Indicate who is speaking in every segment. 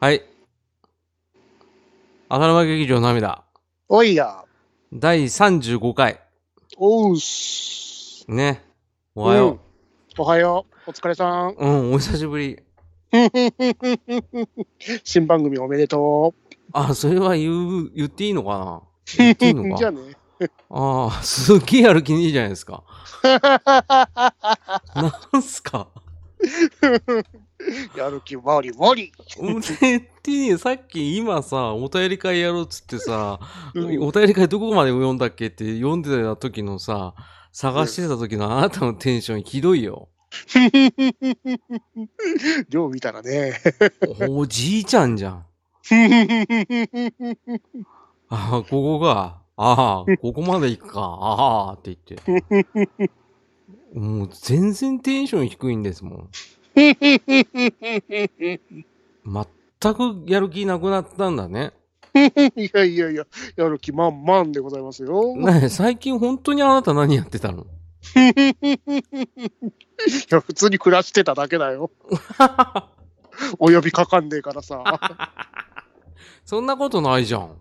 Speaker 1: はい。浅沼劇場涙。
Speaker 2: おいや、
Speaker 1: 第35回。
Speaker 2: おうし。
Speaker 1: ね。おはよ
Speaker 2: うん。おはよう。お疲れさん。
Speaker 1: う。うん、お久しぶり。
Speaker 2: 新番組おめでと。
Speaker 1: あ、それは言う、言っていいのかな言っていいうの
Speaker 2: じゃあ
Speaker 1: か
Speaker 2: ね。
Speaker 1: ああ、すっげえやる気にいいじゃないです か。なんすか
Speaker 2: やる気わりわり。
Speaker 1: 俺って、さっき今さ、お便り会やろうっつってさ、
Speaker 2: うん
Speaker 1: お便り会どこまで読んだっけって読んでた時のさ、探してた時のあなたのテンションひどいよ。
Speaker 2: 量見たらね。
Speaker 1: おじいちゃんじゃん。ああ、ここが、ああ、ここまで行くか、ああ、って言って。もう全然テンション低いんですもん。全くやる気なくなったんだね。
Speaker 2: いやいやいや、やる気満々でございますよ。
Speaker 1: ねえ最近本当にあなた何やってたの
Speaker 2: いや、普通に暮らしてただけだ よ。お呼びかかんねえからさ。
Speaker 1: そんなことないじゃん。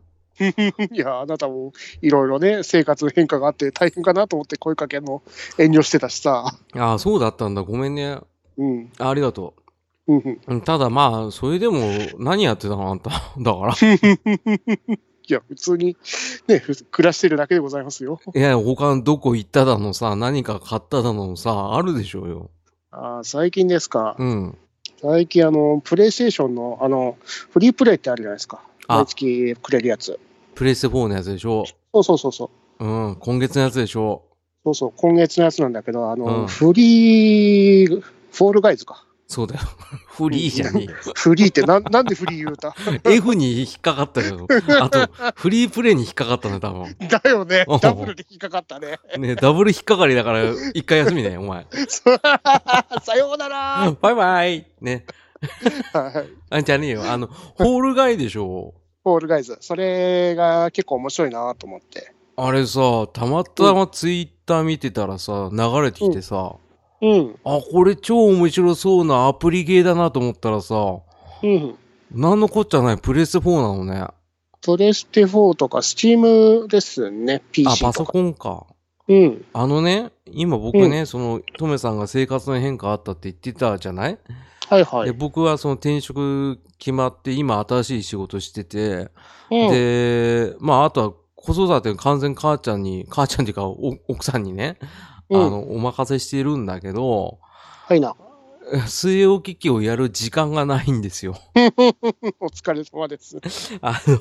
Speaker 2: いや、あなたもいろいろね、生活変化があって大変かなと思って声かけんの遠慮してたしさ。
Speaker 1: ああ、そうだったんだ。ごめんね。
Speaker 2: うん。
Speaker 1: ありがと
Speaker 2: うんうん
Speaker 1: ううん。ただまあ、それでも何やってたのあんた。だから。
Speaker 2: いや、普通にね、ふ暮らしてるだけでございますよ。
Speaker 1: いや、他のどこ行っただのさ、何か買っただのさ、あるでしょうよ。
Speaker 2: あー最近ですか。
Speaker 1: うん。
Speaker 2: 最近、あの、プレイステーションの、あの、フリープレイってあるじゃないですか。
Speaker 1: あ
Speaker 2: 毎月くれるやつ。
Speaker 1: プレステ4のやつでしょ。
Speaker 2: そうそうそうそう。
Speaker 1: うん。今月のやつでしょ。
Speaker 2: そうそう、今月のやつなんだけど、あの、
Speaker 1: うん
Speaker 2: フリー、フォールガイズか。
Speaker 1: そうだよ。 フリーじゃね
Speaker 2: フリーってなん、なんでフリー言 うた
Speaker 1: えよ。F に引っかかった けど。あと、フリープレイに引っかかったね、多分。
Speaker 2: だよね
Speaker 1: おう。
Speaker 2: ダブルで引っかかったね。
Speaker 1: ねダブル引っかかりだから、一回休みね、お前。
Speaker 2: そうさようなら。
Speaker 1: バイバイね。
Speaker 2: はい
Speaker 1: あんじゃねえよ。あの、ホール街でしょ。
Speaker 2: フォールガイズ。それが結構面白いなと思って。
Speaker 1: あれさ、たまたまツイッター見てたらさ、流れてきてさ、
Speaker 2: うん。
Speaker 1: あ、これ超面白そうなアプリゲーだなと思ったらさ、
Speaker 2: うん。
Speaker 1: なんのこっちゃない、プレス4なのね。あ、
Speaker 2: プレステ4とか、スチームですね。PC
Speaker 1: パ
Speaker 2: と
Speaker 1: ソ
Speaker 2: か。
Speaker 1: コンか。
Speaker 2: うん。
Speaker 1: あのね、今僕ね、その、トメさんが生活の変化あったって言ってたじゃない、
Speaker 2: はいは
Speaker 1: で
Speaker 2: い。
Speaker 1: 僕はその転職決まって、今新しい仕事してて、
Speaker 2: うん、
Speaker 1: で、まあ、あとは子育て完全母ちゃんに、母ちゃんっていうか、お奥さんにね、あ
Speaker 2: うん
Speaker 1: の、お任せしてるんだけど、
Speaker 2: はいな。
Speaker 1: 水曜機器をやる時間がないんですよ。
Speaker 2: お疲れ様です。
Speaker 1: あの、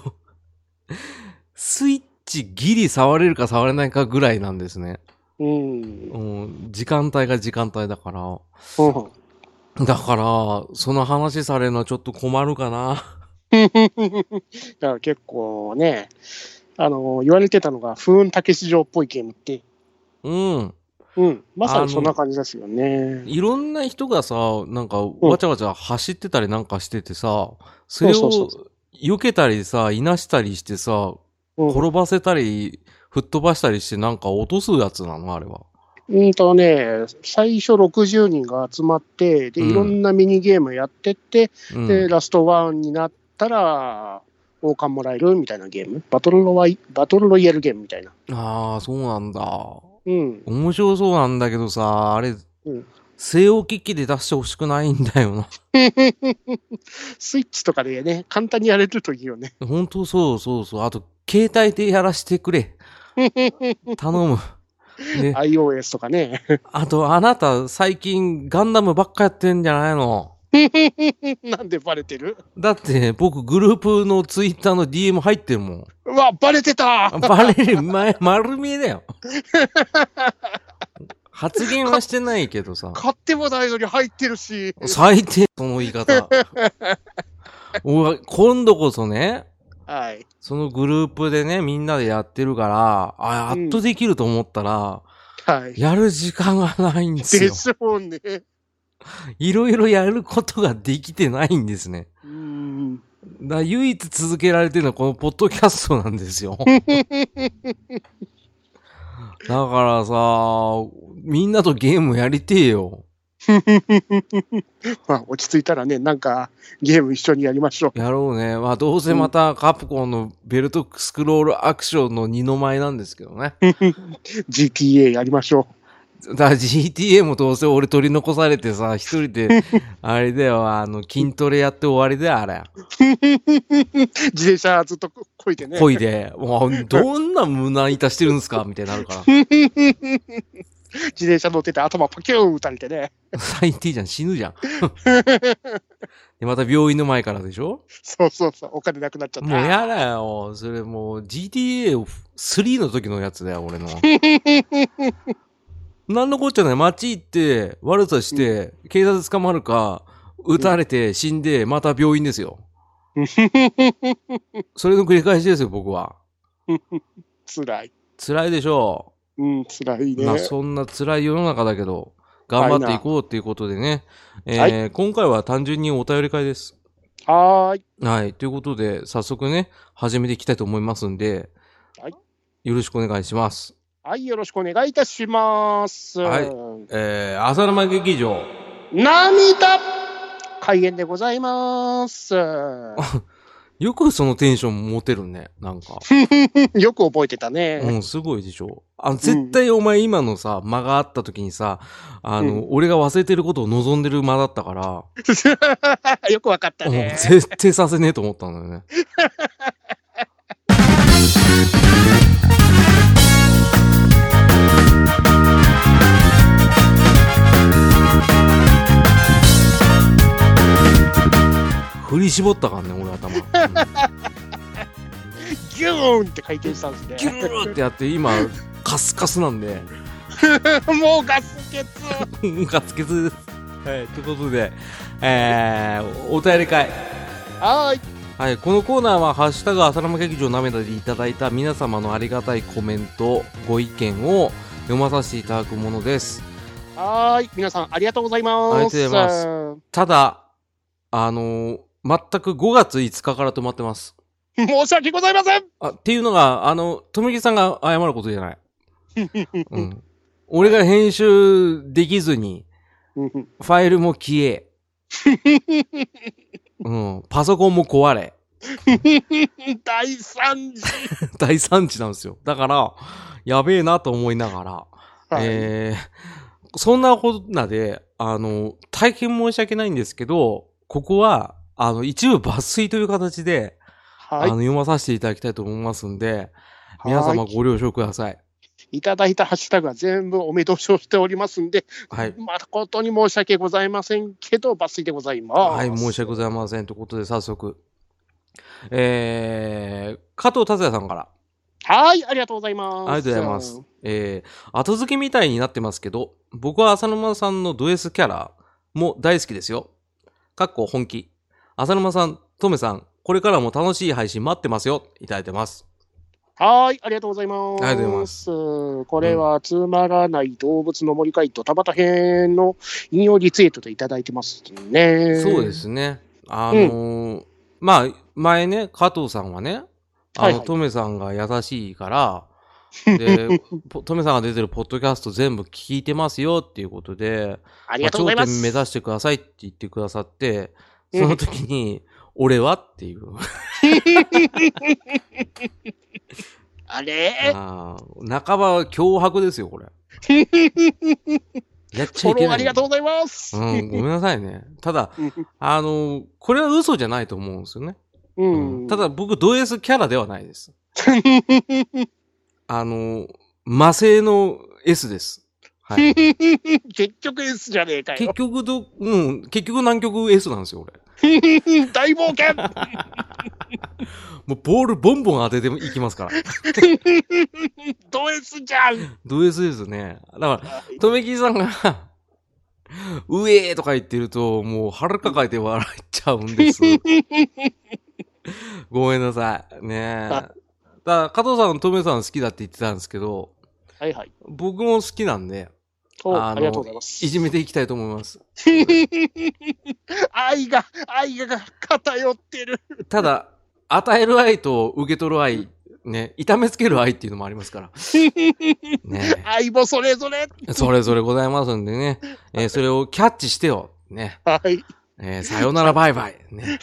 Speaker 1: スイッチギリ触れるか触れないかぐらいなんですね。
Speaker 2: うん。
Speaker 1: うん、時間帯が時間帯だから。
Speaker 2: うん
Speaker 1: だから、その話されるのはちょっと困るかな。
Speaker 2: だから結構ね、あの、言われてたのが、風雲竹市場っぽいゲームって、
Speaker 1: うん。
Speaker 2: うん、まさにそんな感じですよね。
Speaker 1: いろんな人がさ、なんか、わちゃわちゃ走ってたりなんかしててさ、それ
Speaker 2: そうそ
Speaker 1: を
Speaker 2: うそ
Speaker 1: 避けたりさ、いなしたりしてさ、
Speaker 2: うん、
Speaker 1: 転ばせたり、吹っ飛ばしたりしてなんか落とすやつなのあれは。
Speaker 2: うんとね、最初60人が集まって、で、
Speaker 1: うん
Speaker 2: いろんなミニゲームやってって、
Speaker 1: うん
Speaker 2: で、ラストワンになったら、王冠もらえるみたいなゲーム。バトルロワイ、バトルロイヤルゲームみたいな。
Speaker 1: ああ、そうなんだ。
Speaker 2: うん。
Speaker 1: 面白そうなんだけどさ、あれ、
Speaker 2: うん
Speaker 1: 西洋機器で出してほしくないんだよな。
Speaker 2: スイッチとかでね、簡単にやれるといいよね。
Speaker 1: 本当そうそうそう。あと、携帯でやらしてく れ。頼む。で、
Speaker 2: iOS とかね。
Speaker 1: あと、あなた、最近、ガンダムばっかやってんじゃないの
Speaker 2: なんでバレてる
Speaker 1: だって、僕、グループのツイッターの DM 入ってるもん。
Speaker 2: うわ、バレてた
Speaker 1: バレる前、丸見えだよ。発言はしてないけどさ。
Speaker 2: 買ってもないのに入ってるし。
Speaker 1: 最低、その言い方。おい今度こそね、
Speaker 2: はい。
Speaker 1: そのグループでね、みんなでやってるから、あ、
Speaker 2: うん
Speaker 1: やっとできると思ったら、
Speaker 2: はい。
Speaker 1: やる時間がないんです
Speaker 2: で
Speaker 1: よ。
Speaker 2: しょうね。
Speaker 1: いろいろやることができてないんですね。
Speaker 2: うーん。
Speaker 1: だから唯一続けられてるのはこのポッドキャストなんですよ。だからさ、みんなとゲームやりてえよ。
Speaker 2: まあ、落ち着いたらね、なんか、ゲーム一緒にやりましょう。
Speaker 1: やろうね。まあ、どうせまたカプコンのベルトスクロールアクションの二の舞なんですけどね。
Speaker 2: GTA やりましょ
Speaker 1: だから GTA もどうせ俺取り残されてさ、一人で、あれだよ、あの、筋トレやって終わりだよ、あれ。
Speaker 2: う。自転車ずっとこいでね。
Speaker 1: 恋で、もう、どんな胸板してるんですかみたいになるから。
Speaker 2: 自転車乗ってて頭パキューン打たれてね。
Speaker 1: 最低じゃん、死ぬじゃん。 で、また病院の前からでしょ
Speaker 2: そうそうそう、お金なくなっちゃった。
Speaker 1: もうやだよ。それもう GTA を3の時のやつだよ、俺 の。なんのこっちゃない。街行って、悪さして、警察捕まるか、撃たれて死んで、また病院ですよ。それの繰り返しですよ、僕は。
Speaker 2: 辛い。
Speaker 1: 辛いでしょ。
Speaker 2: うん、辛いう
Speaker 1: まあ、
Speaker 2: ね。
Speaker 1: そんな辛い世の中だけど、頑張っていこうっていうことでね。えー
Speaker 2: は
Speaker 1: 今回は単純にお便り会です。
Speaker 2: はーい。
Speaker 1: はい。ということで、早速ね、始めていきたいと思いますんで、
Speaker 2: はい
Speaker 1: よろしくお願いします。
Speaker 2: はい、よろしくお願いいたします。
Speaker 1: はえー、浅沼劇場。
Speaker 2: 涙開演でござ います。よ
Speaker 1: よくそのテンション持てるね、なん か。
Speaker 2: く覚えてたね。
Speaker 1: うん、すごいでしょ。あ絶対お前今のさ、間があった時にさ、あの、
Speaker 2: う
Speaker 1: 俺が忘れてることを望んでる間だったから、
Speaker 2: よくわかった
Speaker 1: うん
Speaker 2: ね。
Speaker 1: 絶対させねえと思ったんだよね。振り絞ったからね、俺 頭。うん
Speaker 2: ギューンって回転したんです
Speaker 1: ギ
Speaker 2: ね。
Speaker 1: ューってやって、今、カスカスなんで、
Speaker 2: もうガス欠。
Speaker 1: ガツケツです。はい、ということで、えー、お便り会。
Speaker 2: はーい。
Speaker 1: はい、このコーナーは「ハッシュタグ浅沼劇場涙」でいただいた皆様のありがたいコメントご意見を読まさせていただくものです
Speaker 2: はーい。皆さんありがとうございます。
Speaker 1: ありがとうございますただあのー全く5月5日から止まってます
Speaker 2: 申し訳ございません。
Speaker 1: あっていうのがあの富木さんが謝ることじゃない、うん、俺が編集できずにファイルも消え、うん、パソコンも壊れ
Speaker 2: 第三次。
Speaker 1: 大惨事なんですよだからやべえなと思いながら
Speaker 2: はい。
Speaker 1: えーそんなこんなで、あの、大変申し訳ないんですけど、ここは、あの、一部抜粋という形で、あ
Speaker 2: はい
Speaker 1: の、。読まさせていただきたいと思いますんで、皆様
Speaker 2: はい
Speaker 1: ご了承ください。
Speaker 2: いただいたハッシュタグは全部お目通しをしておりますんで、
Speaker 1: はい。
Speaker 2: 誠に申し訳ございませんけど、抜粋でございます。
Speaker 1: はい、申し訳ございません。ということで、早速。えー、加藤達也さんから、
Speaker 2: はい、ありがとうございます。
Speaker 1: ありがとうございます。。えー、後付けみたいになってますけど、僕は浅沼さんのド S キャラも大好きですよ。かっこ本気。浅沼さん、トメさん、これからも楽しい配信待ってますよ。いただいてます。
Speaker 2: はい、ありがとうございます。
Speaker 1: ありがとうございます。
Speaker 2: これは、つまらない動物の森会ドタバタ編の引用リツイートでいただいてますね。
Speaker 1: そうで。すね。あのーまあ、前ね、加藤さんはね、あ
Speaker 2: はい
Speaker 1: の、
Speaker 2: はい
Speaker 1: トメさんが優しい から、で、ポトメさんが出てるポッドキャスト全部聞いてますよっていうことで、
Speaker 2: ありがとうございま
Speaker 1: 頂点
Speaker 2: す。
Speaker 1: 目指してくださいって言ってくださって、その時に、俺はっていう。
Speaker 2: あれ
Speaker 1: ああ、半ば脅迫です よ、これ。やっち
Speaker 2: フ
Speaker 1: ゃ
Speaker 2: ォ
Speaker 1: いけ
Speaker 2: ロー
Speaker 1: ない。
Speaker 2: ありがとうございます。
Speaker 1: うん、ごめんなさいね。 ただ、あの、これは嘘じゃないと思うんですよね。
Speaker 2: うん。
Speaker 1: ただ、、僕、ド S キャラではないです。あの、魔性の S です。はい。
Speaker 2: 結局 S じゃねえか
Speaker 1: 結
Speaker 2: よ。
Speaker 1: 局ど、うん、結局南極 S なんですよ、俺。
Speaker 2: 大冒 険
Speaker 1: もうボールボンボン当てていきますから。
Speaker 2: ド S じゃん
Speaker 1: ド S ですね。だから、とめきさんが、うえーとか言ってると、もう腹抱えて笑っちゃうんです。ごめんなさい。ねえ。だから加藤さん、とめさん好きだって言ってたんですけど、
Speaker 2: はいはい。
Speaker 1: 僕も好きなんで、
Speaker 2: お
Speaker 1: あの
Speaker 2: ありがとうございます。
Speaker 1: いじめていきたいと思います。
Speaker 2: 愛が、愛が偏ってる。
Speaker 1: ただ、与える愛と受け取る愛、ね、痛めつける愛っていうのもありますから。ね、
Speaker 2: 愛もそれぞれ。
Speaker 1: それぞれございますんでね、えーそれをキャッチしてよ。ね、
Speaker 2: はい。
Speaker 1: えーさよならバイバイ。ね、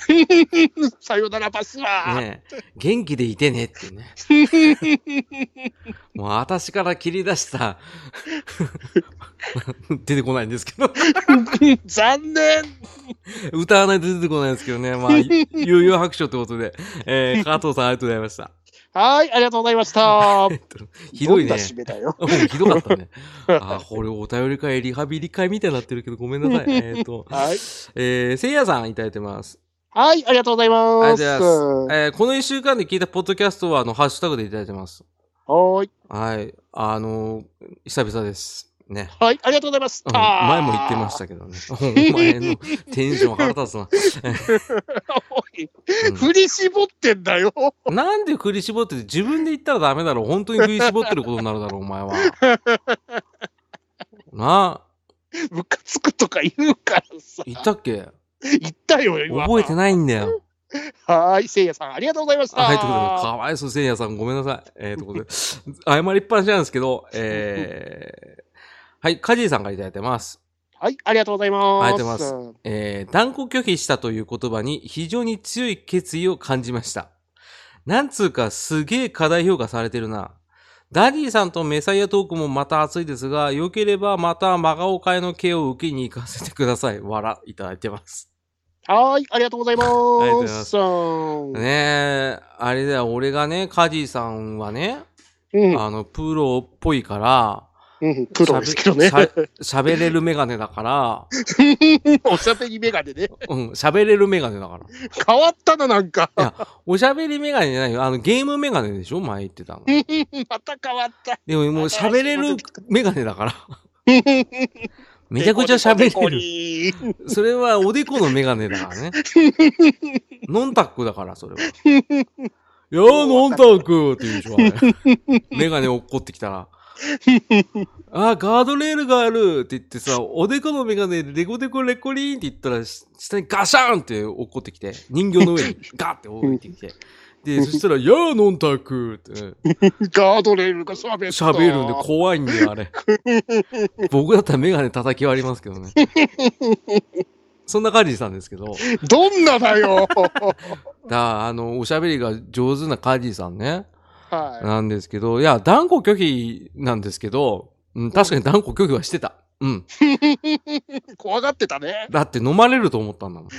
Speaker 2: さよならパスは。
Speaker 1: ね、元気でいてねってね。もう私から切り出した、 出てこないんですけど、
Speaker 2: 残念。
Speaker 1: 歌わないと出てこないんですけどね、まあ、ゆ悠々白書ってことで、えー加藤さんありがとうございました。
Speaker 2: はい、ありがとうございました。
Speaker 1: ひどいね。
Speaker 2: どんな締めだよ。
Speaker 1: うんひどかったね。あー、これお便り会、リハビリ会みたいになってるけど、ごめんなさい。えっと、
Speaker 2: はい。
Speaker 1: えー、せいやさんいただいてます。
Speaker 2: はい、ありがとうござい
Speaker 1: あ
Speaker 2: ま
Speaker 1: り
Speaker 2: す。
Speaker 1: がとうございます。えー、この一週間で聞いたポッドキャストは、あの、ハッシュタグでいただいてます。
Speaker 2: はーい。
Speaker 1: はい。あのー久々です。ね。
Speaker 2: はい、ありがとうございまし
Speaker 1: うん
Speaker 2: た。
Speaker 1: 前も言ってましたけどね。 お前のテンション腹立つな。
Speaker 2: おい振り絞ってんだよ。
Speaker 1: うんなんで振り絞ってて自分で言ったらダメだろう。本当に振り絞ってることになるだろう、お 前は。なあ、
Speaker 2: ムカつくとか言うからさ。
Speaker 1: 言ったっけ
Speaker 2: 言ったよ、今。
Speaker 1: 覚えて
Speaker 2: な
Speaker 1: ないんだよ。
Speaker 2: はーい、せいやさん、ありがとうございました。
Speaker 1: はい、ということで、かわいそう、せいやさん、ごめんなさい。えー、ということで、 謝りっぱなしなんですけど、えー、はい、カジーさんがいただいてます。
Speaker 2: はい、ありがとうございます。
Speaker 1: ありがとうごえー、断固拒否したという言葉に非常に強い決意を感じました。なんつうか、すげえ過大評価されてるな。ダディさんとメサイアトークもまた熱いですが、良ければまた真顔会の刑を受けに行かせてください。笑、いただいてます。
Speaker 2: はーい、ありがとうございます。
Speaker 1: ありがとうございます
Speaker 2: さん
Speaker 1: ねえ、あれだよ、俺がね、カジーさんはね、
Speaker 2: うん
Speaker 1: あの、プロっぽいから、
Speaker 2: うん、プロですけどね。
Speaker 1: 喋喋れるメガネだから、
Speaker 2: おしゃべりメガネね。
Speaker 1: うん、喋れるメガネだから。
Speaker 2: 変わったな、なんか。
Speaker 1: いや、おしゃべりメガネじゃないよ。あの、ゲームメガネでしょ前言ってたの。
Speaker 2: また変わった。
Speaker 1: でももう喋れるメガネだ から。めちゃくちゃ
Speaker 2: デ
Speaker 1: 喋れる。
Speaker 2: コデコリー
Speaker 1: それはおでこのメガネだから ね。ノンタックだから、それは。いやー、ノンタックって言うでしょあれ、メガネ落っこってきた ら。あー、ガードレールがあるって言ってさ、おでこのメガネ、レコデコレコリーンって言ったら、し下にガシャーンって落っこってきて、人形の上にガーって置いてきて。で、そ したら、いやー、ノンタックって。
Speaker 2: ガードレールが喋る。
Speaker 1: 喋るんで怖いんだよ、あ れ。僕だったらメガネ叩き割りますけどね。そんなカジーさんですけ ど、だか
Speaker 2: どんな だよ。
Speaker 1: らあの、おしゃべりが上手なカジーさんね、
Speaker 2: は
Speaker 1: なんですけど、いや、断固拒否なんですけど、うん、確かに断固拒否はしてた。うん。
Speaker 2: い。怖がってたね。
Speaker 1: だって飲まれると思ったんだもん。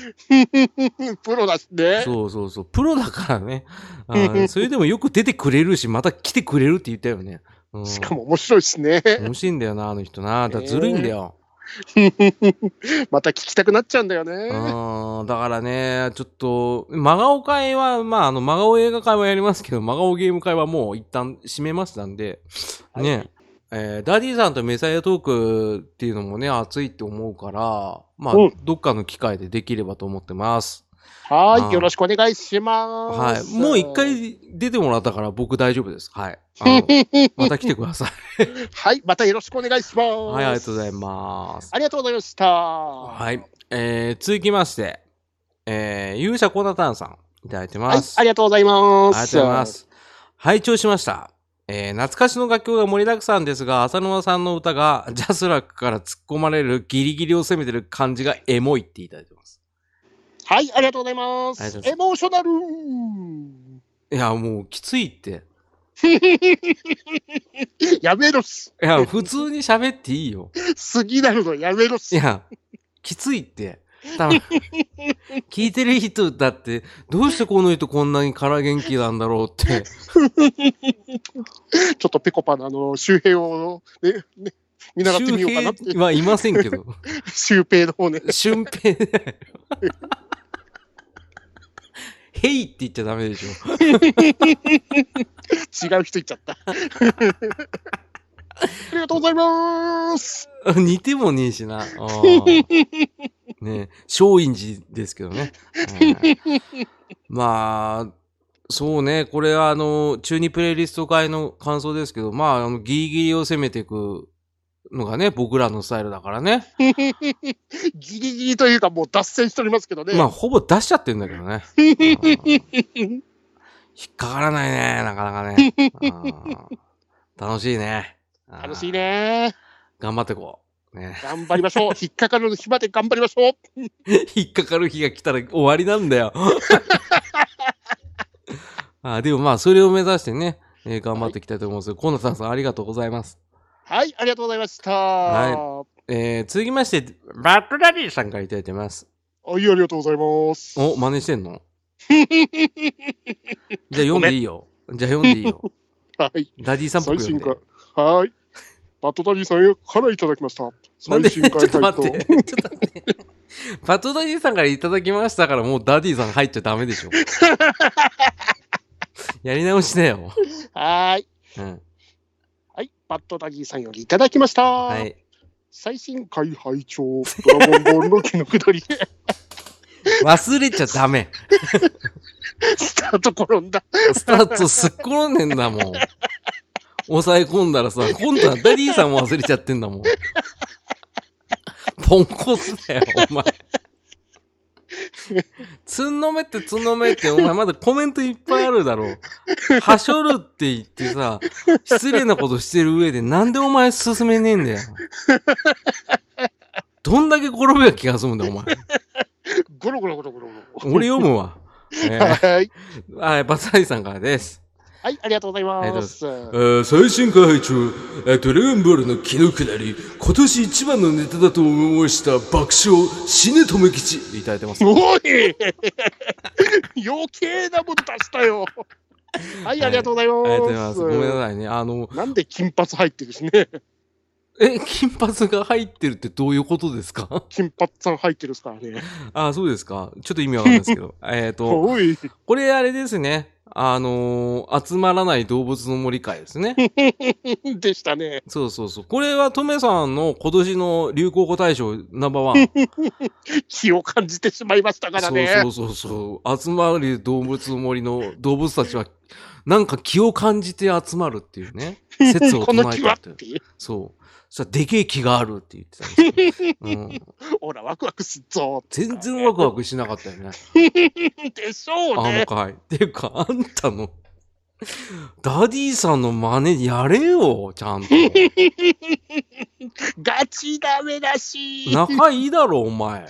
Speaker 2: プロだしね。
Speaker 1: そうそうそう。プロだからね。あーそれでもよく出てくれるし、また来てくれるって言ったよね。うん。
Speaker 2: しかも面白いですね。
Speaker 1: 面白いんだよな、あの人な。だからずるいんだよ。
Speaker 2: また聞きたくなっちゃうんだよね。
Speaker 1: うん、だからね、ちょっと、真顔会は、まあ、あの、真顔映画会もやりますけど、真顔ゲーム会はもう一旦閉めましたんで、
Speaker 2: はい
Speaker 1: ね、えーダディさんとメサイアトークっていうのもね、熱いって思うから、まあ
Speaker 2: うん、
Speaker 1: どっかの機会でできればと思ってます。
Speaker 2: は
Speaker 1: あー
Speaker 2: い。よろしくお願いしま
Speaker 1: はい
Speaker 2: す。。
Speaker 1: もう一。回出てもらったから僕大丈夫です。はい。あ のまた来てください。
Speaker 2: はい。またよろしくお願いします。
Speaker 1: はい、ありがとうござい
Speaker 2: す。
Speaker 1: ます。
Speaker 2: ありがとうございました。は
Speaker 1: はい。えー、続きまして、えー、勇者コナタンさん、いただいて
Speaker 2: はい
Speaker 1: ま、す。
Speaker 2: ありがとうございます。
Speaker 1: ありがとうございま。す。拝聴しました。えー懐かしの楽曲が盛りだくさんですが、浅沼さんの歌がジャスラックから突っ込まれるギリギリを攻めてる感じがエモいっていただいてます。
Speaker 2: はい、ありがとうございま
Speaker 1: あり
Speaker 2: す
Speaker 1: が。と
Speaker 2: エモーショナル
Speaker 1: いや、もうきついって。
Speaker 2: やめろっす。
Speaker 1: いや、普通に喋っていいよ。
Speaker 2: 過ぎなるのやめろっ
Speaker 1: い
Speaker 2: す。
Speaker 1: や、きついって。多分聞いてる人だって、どうしてこの人こんなに空元気なんだろうって。
Speaker 2: ちょっとペコパのあの、周平をね、ね、見習ってみようかなって。
Speaker 1: 周平はいませんけど。
Speaker 2: 周平の方ね。
Speaker 1: 俊平だよ。ヘイって言っちゃダメでしょ。
Speaker 2: 違う人いっちゃ った。ありがとうございます。
Speaker 1: 似てもねえしな。あーねえ松陰寺ですけどね。うんまあ、そうね、これはあの、中二プレイリスト会の感想ですけど、まあ、あのギリギリを攻めていくのがね、僕らのスタイルだからね。
Speaker 2: ギリギリというかもう脱線しておりますけどね。
Speaker 1: まあ、ほぼ出しちゃってるんだけどね。うんい引っかからないね、なかなかね。うん楽しいね。うん
Speaker 2: 楽しい。ね。
Speaker 1: 頑張ってこう。ね。
Speaker 2: 頑張りましょう。引っかかる日まで頑張りましょう。
Speaker 1: 引っかかる日が来たら終わりなんだよ。 あでもまあ、それを目指してね、えー頑張っていきたいと思うんですけど、コーナタンさんありがとうございます。
Speaker 2: はい、ありがとうございました。
Speaker 1: はえー、続きまして、バッドダディさんからいただいてます。
Speaker 2: はい、ありがとうございます。
Speaker 1: お、真似してん のじゃあ読んでいいよ。じゃあ読んでいいよ。
Speaker 2: はい、
Speaker 1: ダディさんっぽ
Speaker 2: 最
Speaker 1: く読
Speaker 2: 新
Speaker 1: んで
Speaker 2: 回。。はい。バットダディさんからいただきました。
Speaker 1: なん
Speaker 2: 最
Speaker 1: で、ち
Speaker 2: 新
Speaker 1: ょっ
Speaker 2: 回
Speaker 1: と
Speaker 2: 配
Speaker 1: 待って。
Speaker 2: 当。
Speaker 1: ちょっと待って。バッドダディさんからいただきましたから、もうダディさん入っちゃダメでし ょ。やり直しだよ。
Speaker 2: はい。
Speaker 1: うん。
Speaker 2: はい、バットダディさんよりいただきました。
Speaker 1: はい。
Speaker 2: 最新回拝聴ドラゴンボールの木の下り で
Speaker 1: 忘れちゃダメ。
Speaker 2: スタート転んだ。
Speaker 1: スタートすっ転んでんだもん。抑え込んだらさ、今度はダディさんも忘れちゃってんだもん。ポンコツだよ、お前。つんのめってつんのめって、お前まだコメントいっぱいあるだろう。はしょるって言ってさ、失礼なことしてる上で、なんでお前進めねえんだよ。どんだけ転べば気が済むんだよ、お前。
Speaker 2: ゴロゴロゴロゴロゴロ。
Speaker 1: 俺読むわ。ね
Speaker 2: はい。
Speaker 1: え、はい、バツダディさんからです。
Speaker 2: はい、ありがとうございます。
Speaker 1: えー最新回配中、えードラゴンボールの気の下り、今年一番のネタだと思いした爆笑、死ねとめきち、いただいてます。
Speaker 2: おい 余計なもの出したよ。はい、ありがとうござい
Speaker 1: ありがとうござい
Speaker 2: ま。
Speaker 1: ますす。ごめんなさいね。あの、
Speaker 2: なんで金髪入ってるしね。
Speaker 1: え、金髪が入ってるってどういうことですか
Speaker 2: 金髪さん入ってるっすからね。
Speaker 1: あ、そうですか。ちょっと意味わかんないです けど。えっと、
Speaker 2: おい。
Speaker 1: これあれですね。あのー集まらない動物の森会 ですね。
Speaker 2: でしたね。
Speaker 1: そうそうそう。これはトメさんの今年の流行語大賞ナンバーワン。
Speaker 2: 気を感じてしまいましたからね。
Speaker 1: そうそうそうそう。集まる動物の森の動物たちは、なんか気を感じて集まるっていう ね。説を
Speaker 2: この
Speaker 1: 唱え
Speaker 2: 気
Speaker 1: た
Speaker 2: は
Speaker 1: っ。
Speaker 2: ってていう。
Speaker 1: そう。そしたらでけえ気があるって言ってたんです けど、うん、
Speaker 2: ほら、ワクワクすっぞ。
Speaker 1: 全然ワクワクしなかったよね。
Speaker 2: でしょう
Speaker 1: あの
Speaker 2: ね。
Speaker 1: 回。っていうか、あんたの、ダディさんの真似やれよ、ちゃんと。
Speaker 2: ガチダメだし。
Speaker 1: 仲いいだろ、お 前。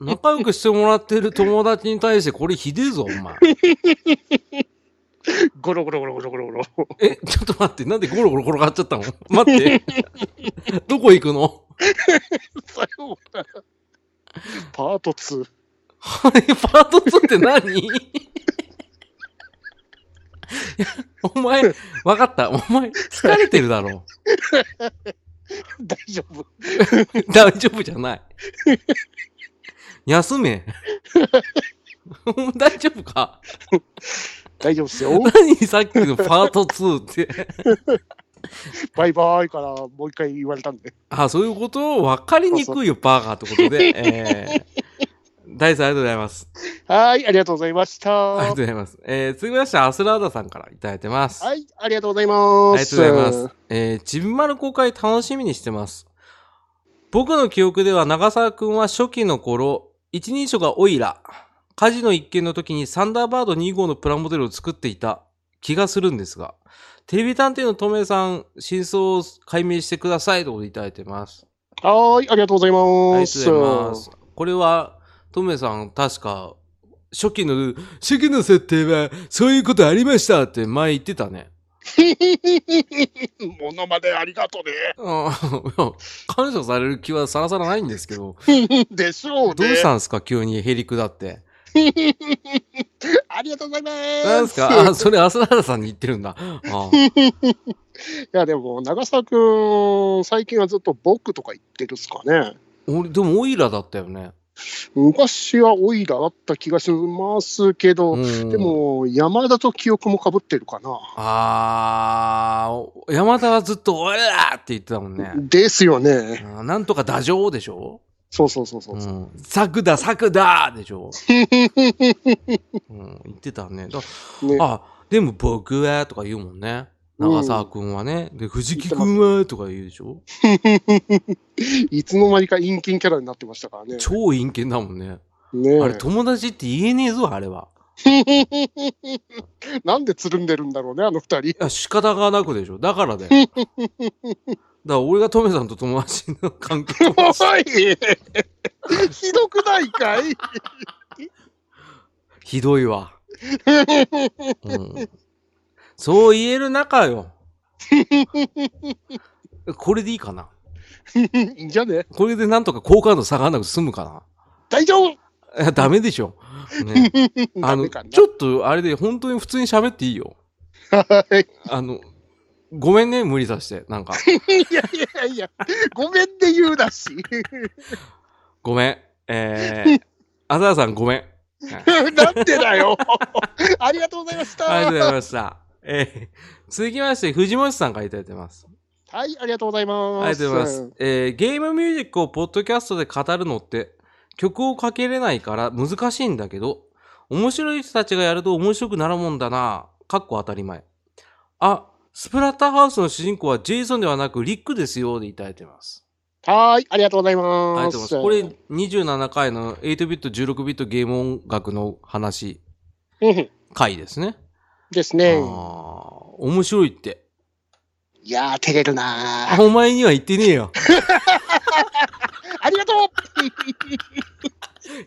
Speaker 1: 仲良くしてもらってる友達に対してこれひでえぞ、お前。
Speaker 2: ゴロゴロゴロゴロゴロゴ ロ。
Speaker 1: え、ちょっと待って、なんでゴロゴロ転がっちゃったの待って。どこ行くの
Speaker 2: さようならパート2。
Speaker 1: あれ、パート2って何いやお前、わかった。お前、疲れてるだろ
Speaker 2: 大丈夫。
Speaker 1: う。大丈夫じゃない。休め。 大丈夫か
Speaker 2: 大丈夫で すよ。
Speaker 1: 何さっきのパート2って。
Speaker 2: バイバイからもう一回言われたんで。
Speaker 1: あ、そういうことわかりにくいよ、バーガーってことで。えー、大さんありがとうございます。
Speaker 2: はい、ありがとうございました。
Speaker 1: ありがと
Speaker 2: は
Speaker 1: うございます。えー、続きまして、アスラーダさんからいただいてます。あ
Speaker 2: い、ありがとうございま
Speaker 1: りがと
Speaker 2: す。
Speaker 1: うございます。えー、ちびまる公開楽しみにしてます。僕の記憶では、長澤くんは初期の頃、一人称がオイラ、火事の一件の時にサンダーバード2号のプラモデルを作っていた気がするんですが、テレビ探偵のトメさん、真相を解明してくださいということでいただいてます。
Speaker 2: はい、ありがとうござ
Speaker 1: あ
Speaker 2: い
Speaker 1: り
Speaker 2: ま
Speaker 1: がと
Speaker 2: す。
Speaker 1: うございます。これは、トメさん、確か、初期の、初期の設定は、そういうことありましたって前言ってたね。
Speaker 2: ものまでありがとう
Speaker 1: うん、 感謝される気はさらさらないんですけど、
Speaker 2: ね。でしょうね。
Speaker 1: どうしたんですか急にへりくだって。
Speaker 2: ありがとうございます。
Speaker 1: なんです かあ、それ、アスラーダさんに言ってるんだ。あー
Speaker 2: いや、でも、長澤くん、最近はずっと僕とか言ってるっすかね。
Speaker 1: 俺、でも、オイラだったよね。
Speaker 2: 昔はオイラだった気がしますけど、
Speaker 1: うん
Speaker 2: で、も、山田と記憶もかぶってるかな。
Speaker 1: あー、山田はずっと、オイラって言ってたもんね。
Speaker 2: ですよね。
Speaker 1: うんなんとかダジョウでしょ
Speaker 2: そうそうそうそう。
Speaker 1: うん。サクダ、サクダでしょ。 うん、言ってたね。だ
Speaker 2: ね、
Speaker 1: あ、でも僕はとか言うもんね。
Speaker 2: うん
Speaker 1: 長澤くんはね。で、藤木くんはとか言うでしょ
Speaker 2: いつの間にか陰菌キャラになってましたからね。
Speaker 1: 超陰険だもんね。
Speaker 2: ね
Speaker 1: あれ、友達って言えねえぞ、あれは。
Speaker 2: なんでつるんでるんだろうね、あの二人。
Speaker 1: いや、仕方がなくでしょ。だからだ よ。だから俺がトメさんと友達の関 係友達
Speaker 2: おいひどくないかい
Speaker 1: ひどいわ。うん、そう言える仲 よ。これでいいかない
Speaker 2: いんじゃね
Speaker 1: これでなんとか好感度下がらなくて済むか
Speaker 2: 大丈夫
Speaker 1: ない や、ダメでしょ。ね、 あ
Speaker 2: ダ
Speaker 1: の、
Speaker 2: メかな
Speaker 1: ちょっとあれで本当に普通に喋っていいよ。
Speaker 2: はい
Speaker 1: あの、ごめんね、無理させて。なんか、
Speaker 2: いやいやいや、ごめんって言うだし。
Speaker 1: ごめん。えー、あざらさんごめん。
Speaker 2: なんでだよ。 ありがとうございました。
Speaker 1: ありがとうご
Speaker 2: は
Speaker 1: ざいました。えー、続きまして、藤本さんからいただいてます。
Speaker 2: い、ありがとうございます。
Speaker 1: ありがとうございます。。えーゲームミュージックをポッドキャストで語るのって、曲をかけれないから難しいんだけど、面白い人たちがやると面白くなるもんだなかっこ当たり前。あ、スプラッターハウスの主人公はジェイソンではなくリックですよ、でいただいてます。
Speaker 2: はーい、ありがとうございます。
Speaker 1: ありがとうございます。これ27回の8ビット、16ビットゲーム音楽の話、
Speaker 2: うん
Speaker 1: 回ですね。
Speaker 2: です
Speaker 1: ああ
Speaker 2: ね。
Speaker 1: ー面白いって。
Speaker 2: いやー、照れるなー
Speaker 1: お前には言ってねえよ。
Speaker 2: ありがとう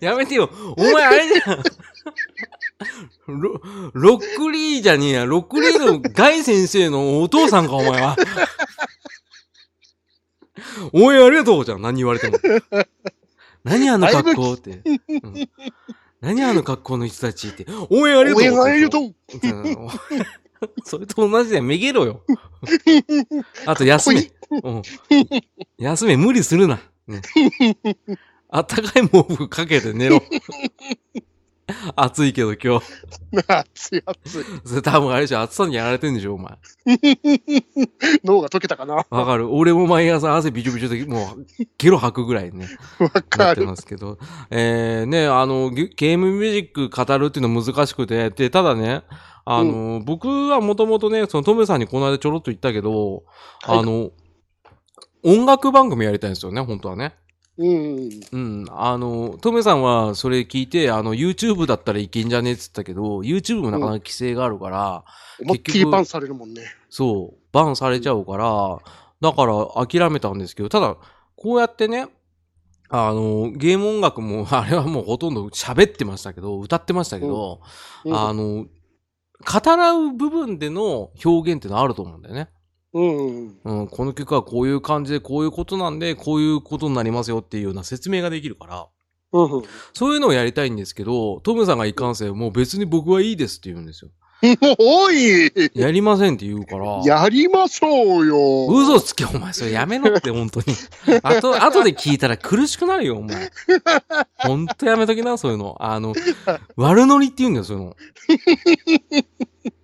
Speaker 1: やめてよ。お前、あれじゃん。ロロックリーじゃねえや。ロックリーのガイ先生のお父さんか、お前は。応援ありがとうじゃん。何言われても。何あの格好って。うん何あの格好の人たちって。応援ありがとう。
Speaker 2: 応援ありがとう
Speaker 1: うんそれと同じだよ。めげろよ。あと、休め。うん休め、無理するな。ねあったかい毛布かけて寝ろ。暑いけど今日。
Speaker 2: 熱い熱い。
Speaker 1: それ多分あれでしょ、暑さにやられてんでしょ、お前。
Speaker 2: 脳が溶けたかな
Speaker 1: わかる。俺も毎朝汗びちょびちょで、もう、ゲロ吐くぐらいね、
Speaker 2: わ
Speaker 1: な
Speaker 2: か
Speaker 1: って
Speaker 2: る。
Speaker 1: ますけど。えー、ね、あの、ゲゲームミュージック語るっていうの難しくて、で、ただね、あの、僕はもともとね、そのトムさんにこの間ちょろっと言ったけど、
Speaker 2: はい
Speaker 1: あの、音楽番組やりたいんですよね、本当はね。
Speaker 2: うん。
Speaker 1: うん、あの、トメさんはそれ聞いて、あの、YouTube だったらいけんじゃねえっつったけど、YouTube もなかなか規制があるから、
Speaker 2: 思いっき
Speaker 1: 結
Speaker 2: り
Speaker 1: 局
Speaker 2: パンされるもんね。
Speaker 1: そう、バンされちゃうから、だから諦めたんですけど、ただ、こうやってね、あの、ゲーム音楽も、 あれはもうほとんど喋ってましたけど、歌ってましたけど、
Speaker 2: うん
Speaker 1: あの、語らう部分での表現ってのはあると思うんだよね。
Speaker 2: うん。
Speaker 1: うん、この曲はこういう感じで、こういうことなんで、こういうことになりますよっていうような説明ができるから、
Speaker 2: うん。
Speaker 1: そういうのをやりたいんですけど、トムさんがいかんせん、もう別に僕はいいですって言うんですよ。
Speaker 2: おい
Speaker 1: やりませんって言うから。
Speaker 2: やりましょうよ。
Speaker 1: 嘘つけ、お前。それやめろって、本当に。あと、後で聞いたら苦しくなるよ、お前。ほんとやめときな、そういうの。あの、悪ノリって言うんだよ、そういうの。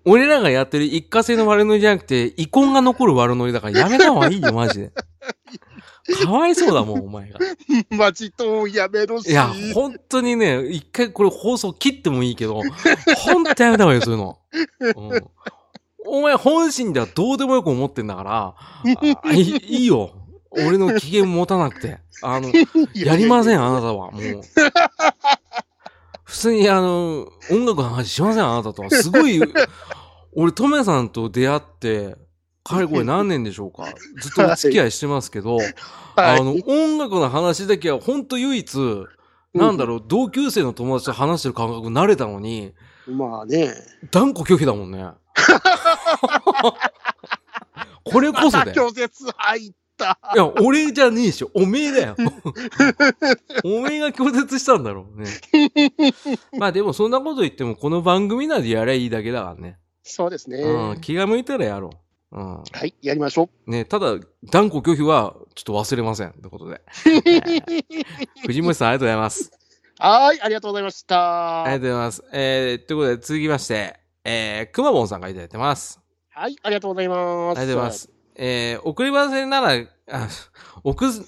Speaker 1: 俺らがやってる一過性の悪ノリじゃなくて、遺恨が残る悪ノリだからやめた方がいいよ、マジで。かわいそうだもん、お前が。
Speaker 2: マジとやめろし。
Speaker 1: いや、本当にね、一回これ放送切ってもいい けど、本当やめた方がいいよ、そういう の。うんお前本心ではどうでもよく思ってんだから、 あいいいいよ。俺の機嫌持たなくて。あの、やりませ
Speaker 2: ん。
Speaker 1: ん、あなた は。もう。普通にあの、音楽の話しません、あなたとは。すごい、俺、トメさんと出会って、かれこれ何年でしょうか。ずっとお付き合いしてますけど、
Speaker 2: はい
Speaker 1: あの、音楽の話だけは、ほんと唯一、なんだろう、同級生の友達と話してる感覚になれたのに、
Speaker 2: まあね。
Speaker 1: 断固拒否だもん ね。これこそだよ。
Speaker 2: 拒絶入った。
Speaker 1: いや、俺じゃねえし、おめえだよ。 おめえが拒絶したんだろうね。 まあでもそんなこと言っても、この番組なんでやりゃいいだけだからね。
Speaker 2: そうですね。
Speaker 1: うん、気が向いたらやろう。うん。
Speaker 2: はい、やりましょ
Speaker 1: ね、ただ、断固拒否は、ちょっと忘れません。ってことで。藤本さん、ありがとうございます。
Speaker 2: う。はーい、ありがとうございました。
Speaker 1: ありがとうございます。えー、ということで、続きまして、えー、くまぼんさんがいただいてます。
Speaker 2: はい、ありがとうございます。
Speaker 1: ありがとうございま。す。えー、送り忘れなら、あ、送ず、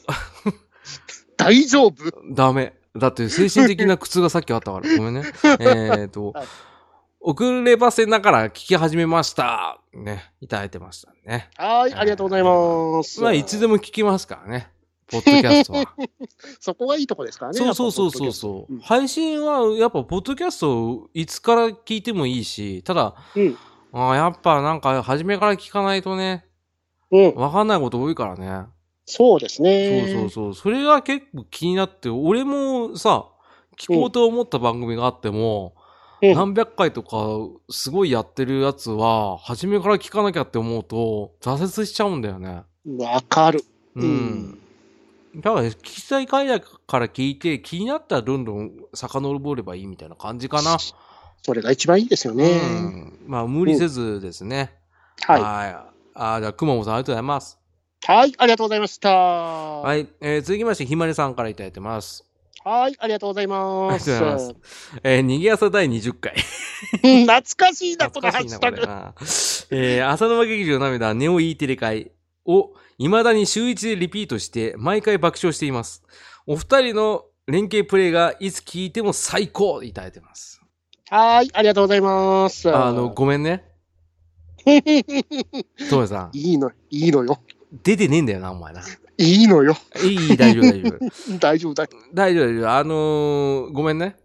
Speaker 2: 大丈夫
Speaker 1: ダメ。だって精神的な苦痛がさっきあった から。ごめんね。えっと
Speaker 2: はい、
Speaker 1: 遅ればせながら聞き始めました。ね。いただいてましたね。
Speaker 2: はーい、ありがとうございます。
Speaker 1: まあ、いつで
Speaker 2: も。
Speaker 1: も聞きますからね。ポッドキャス トは。
Speaker 2: そこがいいとこですからね。
Speaker 1: そうそうそうそう
Speaker 2: う。
Speaker 1: そう、
Speaker 2: ん
Speaker 1: 配信はやっぱポッドキャストいつから聞いてもいいし、ただ、
Speaker 2: うん
Speaker 1: あーやっぱなんか初めから聞かないとね、
Speaker 2: うん、
Speaker 1: わかんないこと多いからね。
Speaker 2: そうですね。
Speaker 1: そうそうそう。それが結構気になって、俺もさ、聞こうと思った番組があっても、
Speaker 2: うん
Speaker 1: 何百回とかすごいやってるやつは、初めから聞かなきゃって思うと、挫折しちゃうんだよね。
Speaker 2: わかる。
Speaker 1: うん。だから、聞きたい回だから聞いて、気になったらどんどん遡ればいいみたいな感じかな。
Speaker 2: それが一番いいですよ
Speaker 1: う
Speaker 2: ね。
Speaker 1: ん。まあ、無理せずですね。
Speaker 2: はい。
Speaker 1: はい。あーじゃあ、くまもさんありがとうございます。
Speaker 2: はい、ありがとうございました。は、
Speaker 1: はいい。えー続きまして、ひまりさんからいただいてます。
Speaker 2: ありがとうございま
Speaker 1: あ
Speaker 2: す。
Speaker 1: りがとうございえー、逃げ朝第20回。
Speaker 2: うん懐かしいな、こ の
Speaker 1: 懐
Speaker 2: ハ
Speaker 1: かし
Speaker 2: ッ
Speaker 1: い
Speaker 2: シ
Speaker 1: な、こ
Speaker 2: ュタ
Speaker 1: れ
Speaker 2: グ。
Speaker 1: な。 えー、浅沼劇場涙、ネオ E テレ会を、未だに週一でリピートして、毎回爆笑しています。お二人の連携プレイが、いつ聞いても最高いただいてます。
Speaker 2: はい、ありがとうございます。
Speaker 1: あ の、ごめんね。トメさん、
Speaker 2: いいの、いいのよ。
Speaker 1: 出てねえんだよな、お前な。
Speaker 2: いいのよ。
Speaker 1: いいいい、大丈夫、大丈 夫。
Speaker 2: 大丈夫、大丈夫。
Speaker 1: 大丈夫、大丈夫。あのー、ごめんね。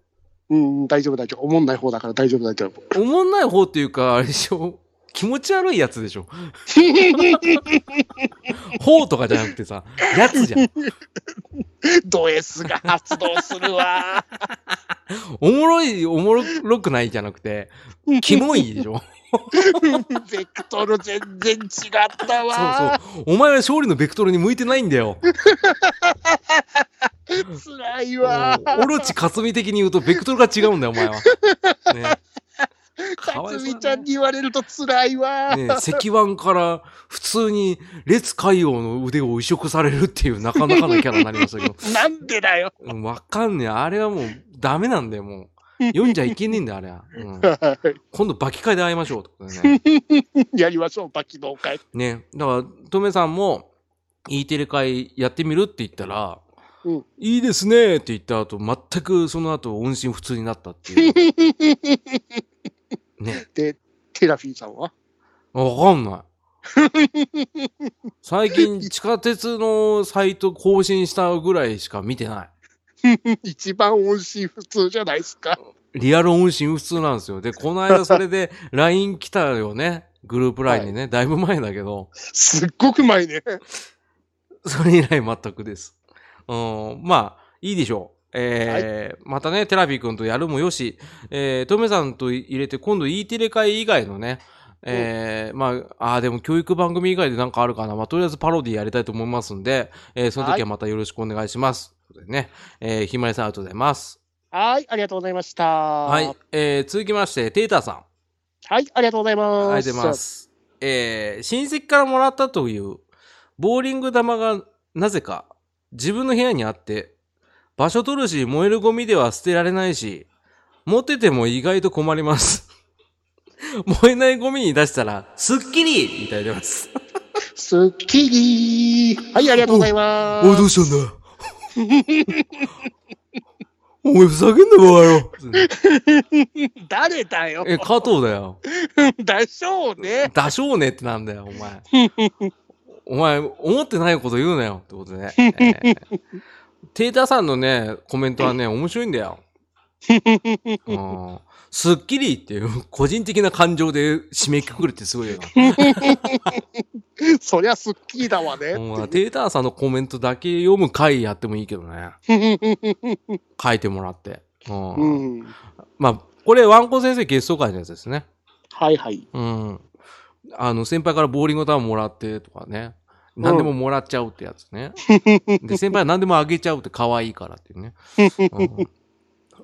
Speaker 2: うん、大丈夫、大丈夫。思んない方だから大丈夫、大丈 夫。
Speaker 1: おもんない方っていうか、あれでしょ。気持ち悪いやつでしょ。方とかじゃなくてさ、やつじゃん。
Speaker 2: ド S が発動するわ。
Speaker 1: おもろい、おもろくないじゃなくて、キモい でしょ
Speaker 2: ベクトル全然違った
Speaker 1: そう
Speaker 2: わ。
Speaker 1: そう。お前は勝利のベクトルに向いてないんだよ。
Speaker 2: 辛いわ。
Speaker 1: オロチカツミ的に言うとベクトルが違うんだよ、お前 は。ね。かわい
Speaker 2: 辰
Speaker 1: そう
Speaker 2: 巳ち
Speaker 1: だ
Speaker 2: ゃん
Speaker 1: ね
Speaker 2: に言われると辛いわ。
Speaker 1: ね石腕から普通に列海王の腕を移植されるっていうなかなかのキャラになりましたけ ど
Speaker 2: なんでだよ。
Speaker 1: うん。わかんねえ。あれはもうダメなんだよ、もう。読んじゃいけねえんだよ、あれは。うん、
Speaker 2: は
Speaker 1: 今度、バキ会で会いましょう。とかね。
Speaker 2: いやりましょう、バキ同会。
Speaker 1: ね。だから、トメさんも、E テレ会やってみるって言ったら、
Speaker 2: うん
Speaker 1: いいですねって言った後、全くその後音信不通になったって いう。ね。
Speaker 2: で、テラフィーさんは
Speaker 1: わかんない。最 近、地下鉄のサイト更新したぐらいしか見てない。
Speaker 2: 一番音信不通じゃないですか。
Speaker 1: リアル音信不通なんですよ。で、この間それで LINE 来たよね。グループ LINE にね。だいぶ前だけど。
Speaker 2: すっごく前ね。
Speaker 1: それ以来全くです。うん、まあ、いいでしょう。えーまたね、テラビー君とやるもよし、えー、トメさんと入れて、今度 E テレ会以外のね、えー、まあ、あーでも教育番組以外でなんかあるかな。まあ、とりあえずパロディやりたいと思いますんで、えー、その
Speaker 2: は
Speaker 1: 時
Speaker 2: い
Speaker 1: はまたよろしくお願いします。ということでね、えー、ひまりさんありがとうございます。
Speaker 2: はい、ありがとうございました。は
Speaker 1: はい。えー、続きまして、テーターさん。
Speaker 2: はい、ありがとうございます。
Speaker 1: ありがとうございま。す。えー親戚からもらったという、ボーリング玉がなぜか自分の部屋にあって、場所取るし、燃えるゴミでは捨てられないし、持ってても意外と困ります。 燃えないゴミに出したら、すっきりいただいてます。
Speaker 2: すっきりはい、ありがとうございます。
Speaker 1: うしたんだ お前ふざけんなバカよ。
Speaker 2: 誰だよ。
Speaker 1: え、加藤だよ。
Speaker 2: だしょうね。
Speaker 1: だしょうねってなんだよ、お前。お前、思ってないこと言うなよってことで、 ね。えーテータさんのね、コメントはね、面白いんだ よ。うんすっきりっていう個人的な感情で締めくくるってすごいよな。
Speaker 2: そりゃすっきりだわね。
Speaker 1: お前テータさんのコメントだけ読む回やってもいいけどね。書いてもらって。うん
Speaker 2: うん。
Speaker 1: まあ、これ、ワンコ先生ゲスト会のやつですね。
Speaker 2: はいはい。
Speaker 1: うん。あの、先輩からボーリング球もらってとかね。何でももらっちゃうってやつ ね。で、先輩は何でもあげちゃうって可愛いからっていうね。うん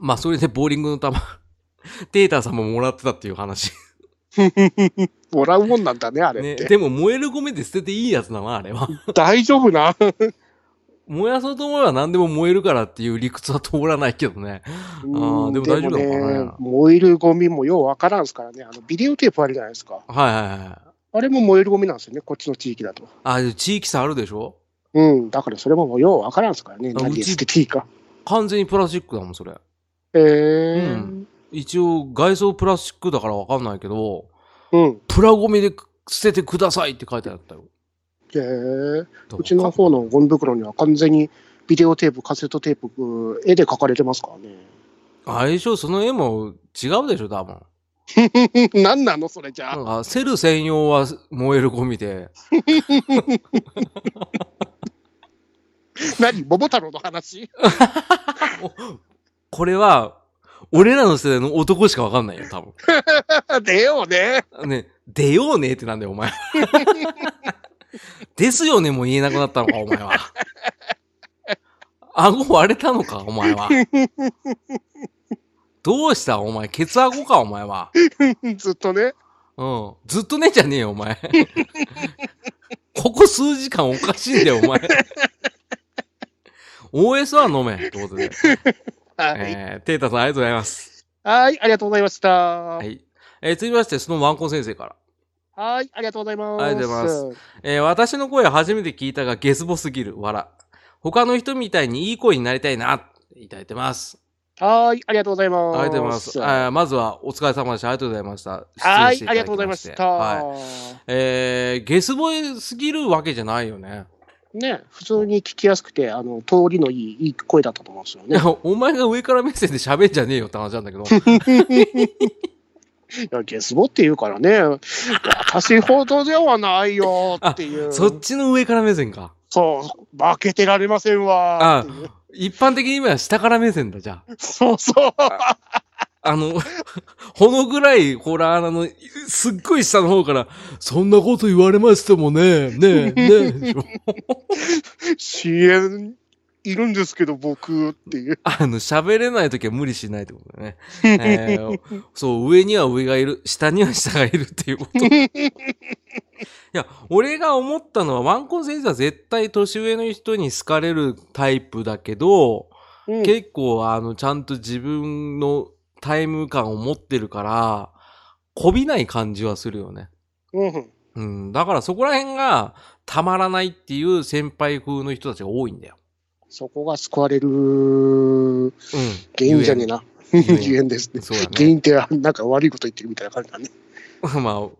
Speaker 1: まあ、それでボーリングの球、 テーターさんももらってたっていう話。
Speaker 2: もらうもんなんだね、あれ
Speaker 1: ね、
Speaker 2: って。
Speaker 1: でも燃えるゴミで捨てていいやつだな、あれは。
Speaker 2: 大丈夫な。
Speaker 1: 燃やそうと思えば何でも燃えるからっていう理屈は通らないけどね。
Speaker 2: うん
Speaker 1: でも大丈夫なのかな
Speaker 2: でもね燃えるゴミもようわからんすからね。あの、ビデオテープあるじゃないですか。
Speaker 1: はいはいはい。
Speaker 2: あれも燃えるゴミなんですよね、こっちの地域だと。
Speaker 1: あ、で地域差あるでしょ
Speaker 2: うん、だからそれももうようわからんすからね、
Speaker 1: あ
Speaker 2: 何
Speaker 1: う
Speaker 2: で
Speaker 1: ち
Speaker 2: 捨てていいか。
Speaker 1: 完全にプラスチックだもん、それ。
Speaker 2: え
Speaker 1: う
Speaker 2: ー、
Speaker 1: 一応、外装プラスチックだからわかんないけど、
Speaker 2: うん。
Speaker 1: プラゴミで捨ててくださいって書いてあったよ。
Speaker 2: へえ
Speaker 1: ど
Speaker 2: うちの方のゴミ袋には完全にビデオテープ、カセットテープ、絵で描かれてますから ね。
Speaker 1: 相性その絵も違うでしょ、多分。
Speaker 2: 何なのそれじゃ
Speaker 1: な
Speaker 2: あ。
Speaker 1: んか、セル専用は燃えるゴミで、
Speaker 2: 何桃太郎の 話
Speaker 1: これは、俺らの世代の男しかわかんないよ、多分。
Speaker 2: でよね。
Speaker 1: ね、出ようねってなんだよ、お前。ですよねも言えなくなったのか、お前は。顎割れたのか、お前は。どうした、お前。ケツ顎か、お前は。
Speaker 2: ずっとね。
Speaker 1: うん。ずっとねじゃねえよ、お前。 ここ数時間おかしいんだよ、お前。OS は飲め。ということで。
Speaker 2: はい。
Speaker 1: えー、テータさんありがとうございます。
Speaker 2: はい、ありがとうございました。は、
Speaker 1: はいい。えー、続きまして、そのワンコン先生から。
Speaker 2: ありがとうございます。。
Speaker 1: ありがとうございますえー私の声初めて聞いたが、ゲスボすぎる。笑。他の人みたいにいい声になりたいな。いただいてます。
Speaker 2: はい、ありがとうございます。
Speaker 1: ありがとうございます。
Speaker 2: は
Speaker 1: あーまずは、お疲れ様でした。ありがとうございました。失礼し
Speaker 2: い、
Speaker 1: て
Speaker 2: あり
Speaker 1: だ
Speaker 2: がとうございま
Speaker 1: き
Speaker 2: した。
Speaker 1: はい。えー、ゲスボすぎるわけじゃないよね。
Speaker 2: ね、普通に聞きやすくて、あの、通りのいい、いい声だったと思うんですよ
Speaker 1: い
Speaker 2: ね
Speaker 1: や。お前が上から目線で喋んじゃねえよって話なんだけど。
Speaker 2: いや、ゲスボって言うからね、私ほどではないよっていう。
Speaker 1: そっちの上から目線か。
Speaker 2: そう、負けてられませんわーっていう。
Speaker 1: 一般的に今は下から目線だ、じゃあ。
Speaker 2: そうそう。
Speaker 1: あの、 ほのぐらい、ホラー穴の、すっごい下の方から、そんなこと言われましてもね、ねえ、ねえ、 でしょ
Speaker 2: 支援いるんですけど、僕っていう。
Speaker 1: あの、喋れないときは無理しないってことだよね。えー そう、上には上がいる、下には下がいるっていうこと。いや、俺が思ったのは、ワンコン先生は絶対年上の人に好かれるタイプだけど、
Speaker 2: うん
Speaker 1: 結構あの、ちゃんと自分のタイム感を持ってるから、こびない感じはするよね。
Speaker 2: うん
Speaker 1: うん。だからそこら辺がたまらないっていう先輩風の人たちが多いんだよ。
Speaker 2: そこが救われる
Speaker 1: うん。
Speaker 2: 原因じゃねえな。
Speaker 1: ゆえんゆえん
Speaker 2: 原因 ですね。
Speaker 1: そうだ
Speaker 2: 原
Speaker 1: ね。
Speaker 2: 因ってなんか悪いこと言ってるみたいな感じだね。
Speaker 1: まあ、お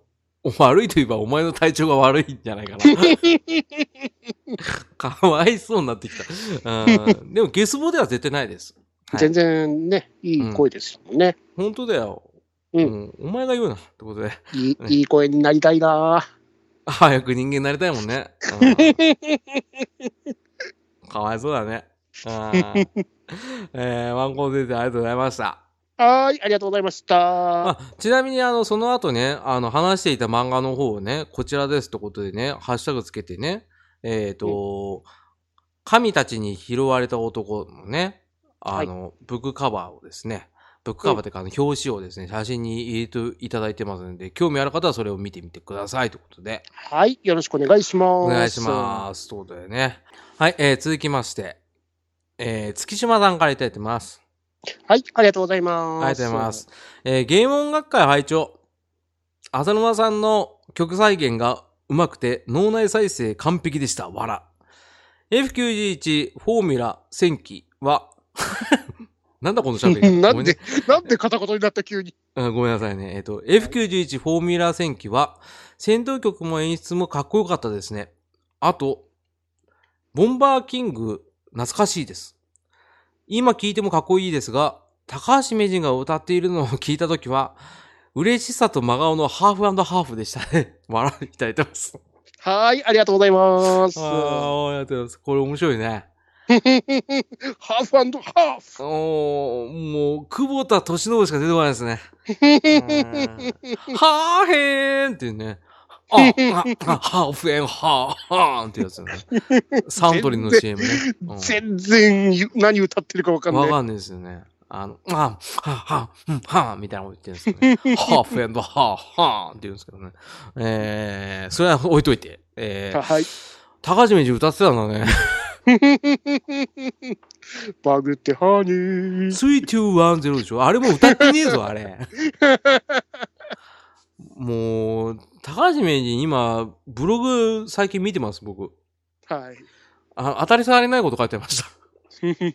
Speaker 1: 悪いといえばお前の体調が悪いんじゃないか な。かわいそうになってきた。うん。でもゲスボでは絶対ないです。はい
Speaker 2: 全然ね、いい声ですもんね。
Speaker 1: 本当だよ。
Speaker 2: うん
Speaker 1: ん。お前が言うな。ってことで。
Speaker 2: いい
Speaker 1: うん
Speaker 2: いい声になりたいな
Speaker 1: 早く人間になりたいもんね。うんかわいそうだね。うんえー、ワンコン先生ありがとうございました。
Speaker 2: ーはーい、ありがとうございました。
Speaker 1: あちなみに、あの、その後ね、あの、話していた漫画の方をね、こちらですってことでね、ハッシュタグつけてね、えっ、と、神たちに拾われた男のね、あの、ブックカバーをですね、ブックカバーっていうか、あの、表紙をですね、写真に入れていただいてますので、興味ある方はそれを見てみてくださいということで。
Speaker 2: はい、よろしくお願いします。
Speaker 1: お願いします。そうだよね。はい、えー、続きまして、えー、月島さんからいただいてます。
Speaker 2: す。はい、ありがとうござい
Speaker 1: あ
Speaker 2: ま
Speaker 1: り
Speaker 2: す。
Speaker 1: がとうございま。す。えー、ゲーム音楽会拝聴浅沼さんの曲再現がうまくて、脳内再生完璧でした。わら。F91 フォーミュラ1000期は、 なんだこの喋り。
Speaker 2: なんで、なんで片言になった急に。
Speaker 1: あごめんなさいね。えっ、と、F91 フォーミュラー戦記は、戦闘曲も演出もかっこよかったですね。あと、ボンバーキング、懐かしいです。今聴いてもかっこいいですが、高橋名人が歌っているのを聞いたときは、嬉しさと真顔のハーフハーフでしたね。 笑いただいてます。
Speaker 2: はーい、ありがとうございます。ハ
Speaker 1: ああ、やってます。これ面白いね。
Speaker 2: ーフハーフ。
Speaker 1: おー、もう、久保田敏信しか出てこないですね。うんはーへーんっていうね。あ、あ、あ、ハーフエン、ハー、ハーンってやつね。サントリーの CM ね。うん
Speaker 2: 全然ゆ何歌ってるかわかんな
Speaker 1: わ
Speaker 2: い。
Speaker 1: かんないですよね。あの、あ、は、は、うん、は、みたいなこと言ってるんですけどね。ハーフエンド、ハー、ハーンって言うんですけどね。えー、それは置いといて。えー、
Speaker 2: はい。
Speaker 1: 高橋名人歌ってたんだね。
Speaker 2: バグってハニー。
Speaker 1: 3210でしょあれもう歌ってねえぞ、あれ。もう、高橋名人今、ブログ最近見てます、僕。
Speaker 2: はい。
Speaker 1: あ当たり障りないこと書いてました。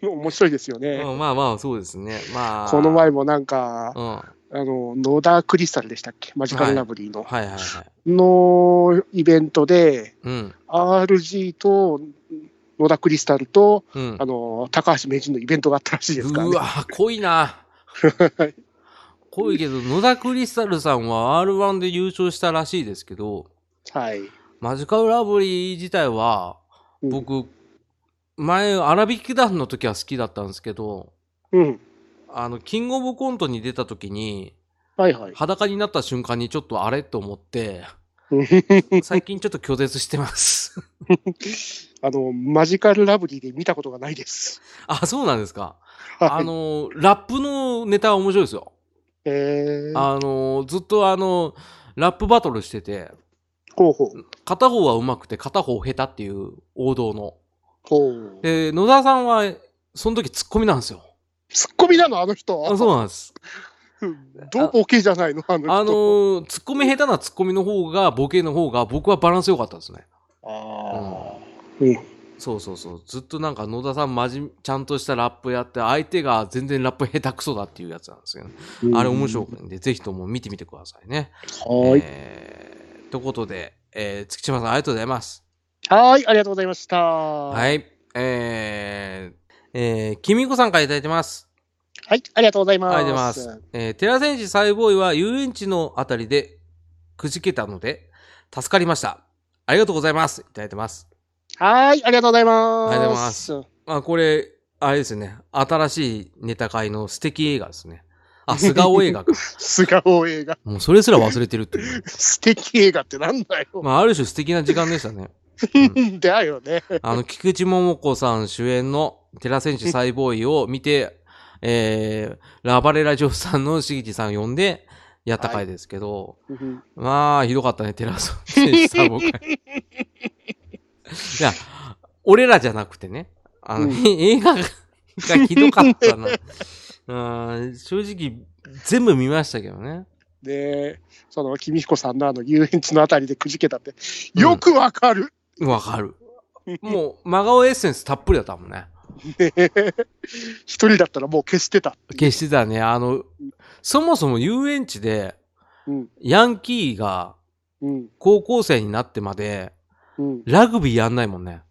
Speaker 2: 面白いですよね。
Speaker 1: うんまあまあ、そうですね。まあ。
Speaker 2: この前もなんか、
Speaker 1: うん。
Speaker 2: あの、野田クリスタルでしたっけマジカルラブリーの。
Speaker 1: はいはいはい。
Speaker 2: のイベントで、
Speaker 1: うん。
Speaker 2: RG と野田クリスタルと、
Speaker 1: うん
Speaker 2: あ。の、高橋名人のイベントがあったらしいですから、ね。
Speaker 1: うわ、濃いな。濃いけど、野田クリスタルさんは R1 で優勝したらしいですけど、
Speaker 2: はい。
Speaker 1: マジカルラブリー自体は、
Speaker 2: うん
Speaker 1: 僕、前、荒引き団の時は好きだったんですけど、
Speaker 2: うん。
Speaker 1: あの、キングオブコントに出た時に、
Speaker 2: はいはい。
Speaker 1: 裸になった瞬間にちょっとあれと思 って、最近ちょっと拒絶してます。
Speaker 2: あの、マジカルラブリーで見たことがないです。
Speaker 1: あ、そうなんですか。
Speaker 2: は
Speaker 1: あ
Speaker 2: い。
Speaker 1: の、ラップのネタは面白いですよ。
Speaker 2: えー、
Speaker 1: あの、ずっとあの、ラップバトルしてて、
Speaker 2: ほうほう。
Speaker 1: 片方は上手くて片方下手っていう王道の。
Speaker 2: ほう。
Speaker 1: で、野田さんは、その時ツッコミなんですよ。
Speaker 2: ツッコミなのあの人。
Speaker 1: あそうなんです。
Speaker 2: どうボケじゃないのあの
Speaker 1: あ
Speaker 2: 人。
Speaker 1: のー、ツッコミ下手なツッコミの方が、ボケの方が、僕はバランス良かったですね。
Speaker 2: あ
Speaker 1: そうそうそう。ずっとなんか野田さんまじめ、ちゃんとしたラップやって、相手が全然ラップ下手くそだっていうやつなんですよ、ね。
Speaker 2: ー、
Speaker 1: あれ面白いんで、ぜひとも見てみてくださいね。
Speaker 2: はーい。
Speaker 1: えー、ということで、えー、月島さんありがとうございます。
Speaker 2: はーい、ありがとうございました。は。
Speaker 1: はいい。えー、えー、きみこさんからいただいてます。
Speaker 2: ありがとうございます。
Speaker 1: ありがとうございます。えー、寺戦士サイボーイは遊園地のあたりでくじけたので、助かりました。ありがとうございます。いただいてます。
Speaker 2: はーい、ありがとうございます。
Speaker 1: ありがとうございます。まあ、これ、あれですよね。新しいネタ会の素敵映画ですね。あ、素顔映画か。
Speaker 2: 素顔映画。
Speaker 1: もうそれすら忘れてるっていう。
Speaker 2: 素敵映画ってなんだよ。
Speaker 1: まあ、ある種素敵な時間でしたね。
Speaker 2: だよね。
Speaker 1: あの、菊池桃子さん主演の寺選手サイボーイを見て、えー、ラバレラジョフさんのしぎちさん呼んでやった回ですけど、まあ、ひどかったね、寺選手サイボーイ 会。いや、俺らじゃなくてね、あの、
Speaker 2: うん
Speaker 1: 映画がひどかった な。うん正直、全部見ましたけどね。
Speaker 2: で、その、君彦さんのあの遊園地のあたりでくじけたって、よくわかる。
Speaker 1: わかる。もう、真顔エッセンスたっぷりだったもんね。
Speaker 2: 一人だったらもう消してた。
Speaker 1: 消してたね。あの、そもそも遊園地で、
Speaker 2: うん、
Speaker 1: ヤンキーが
Speaker 2: うん、
Speaker 1: 高校生になってまで、
Speaker 2: うん。
Speaker 1: ラグビーやんないもんね。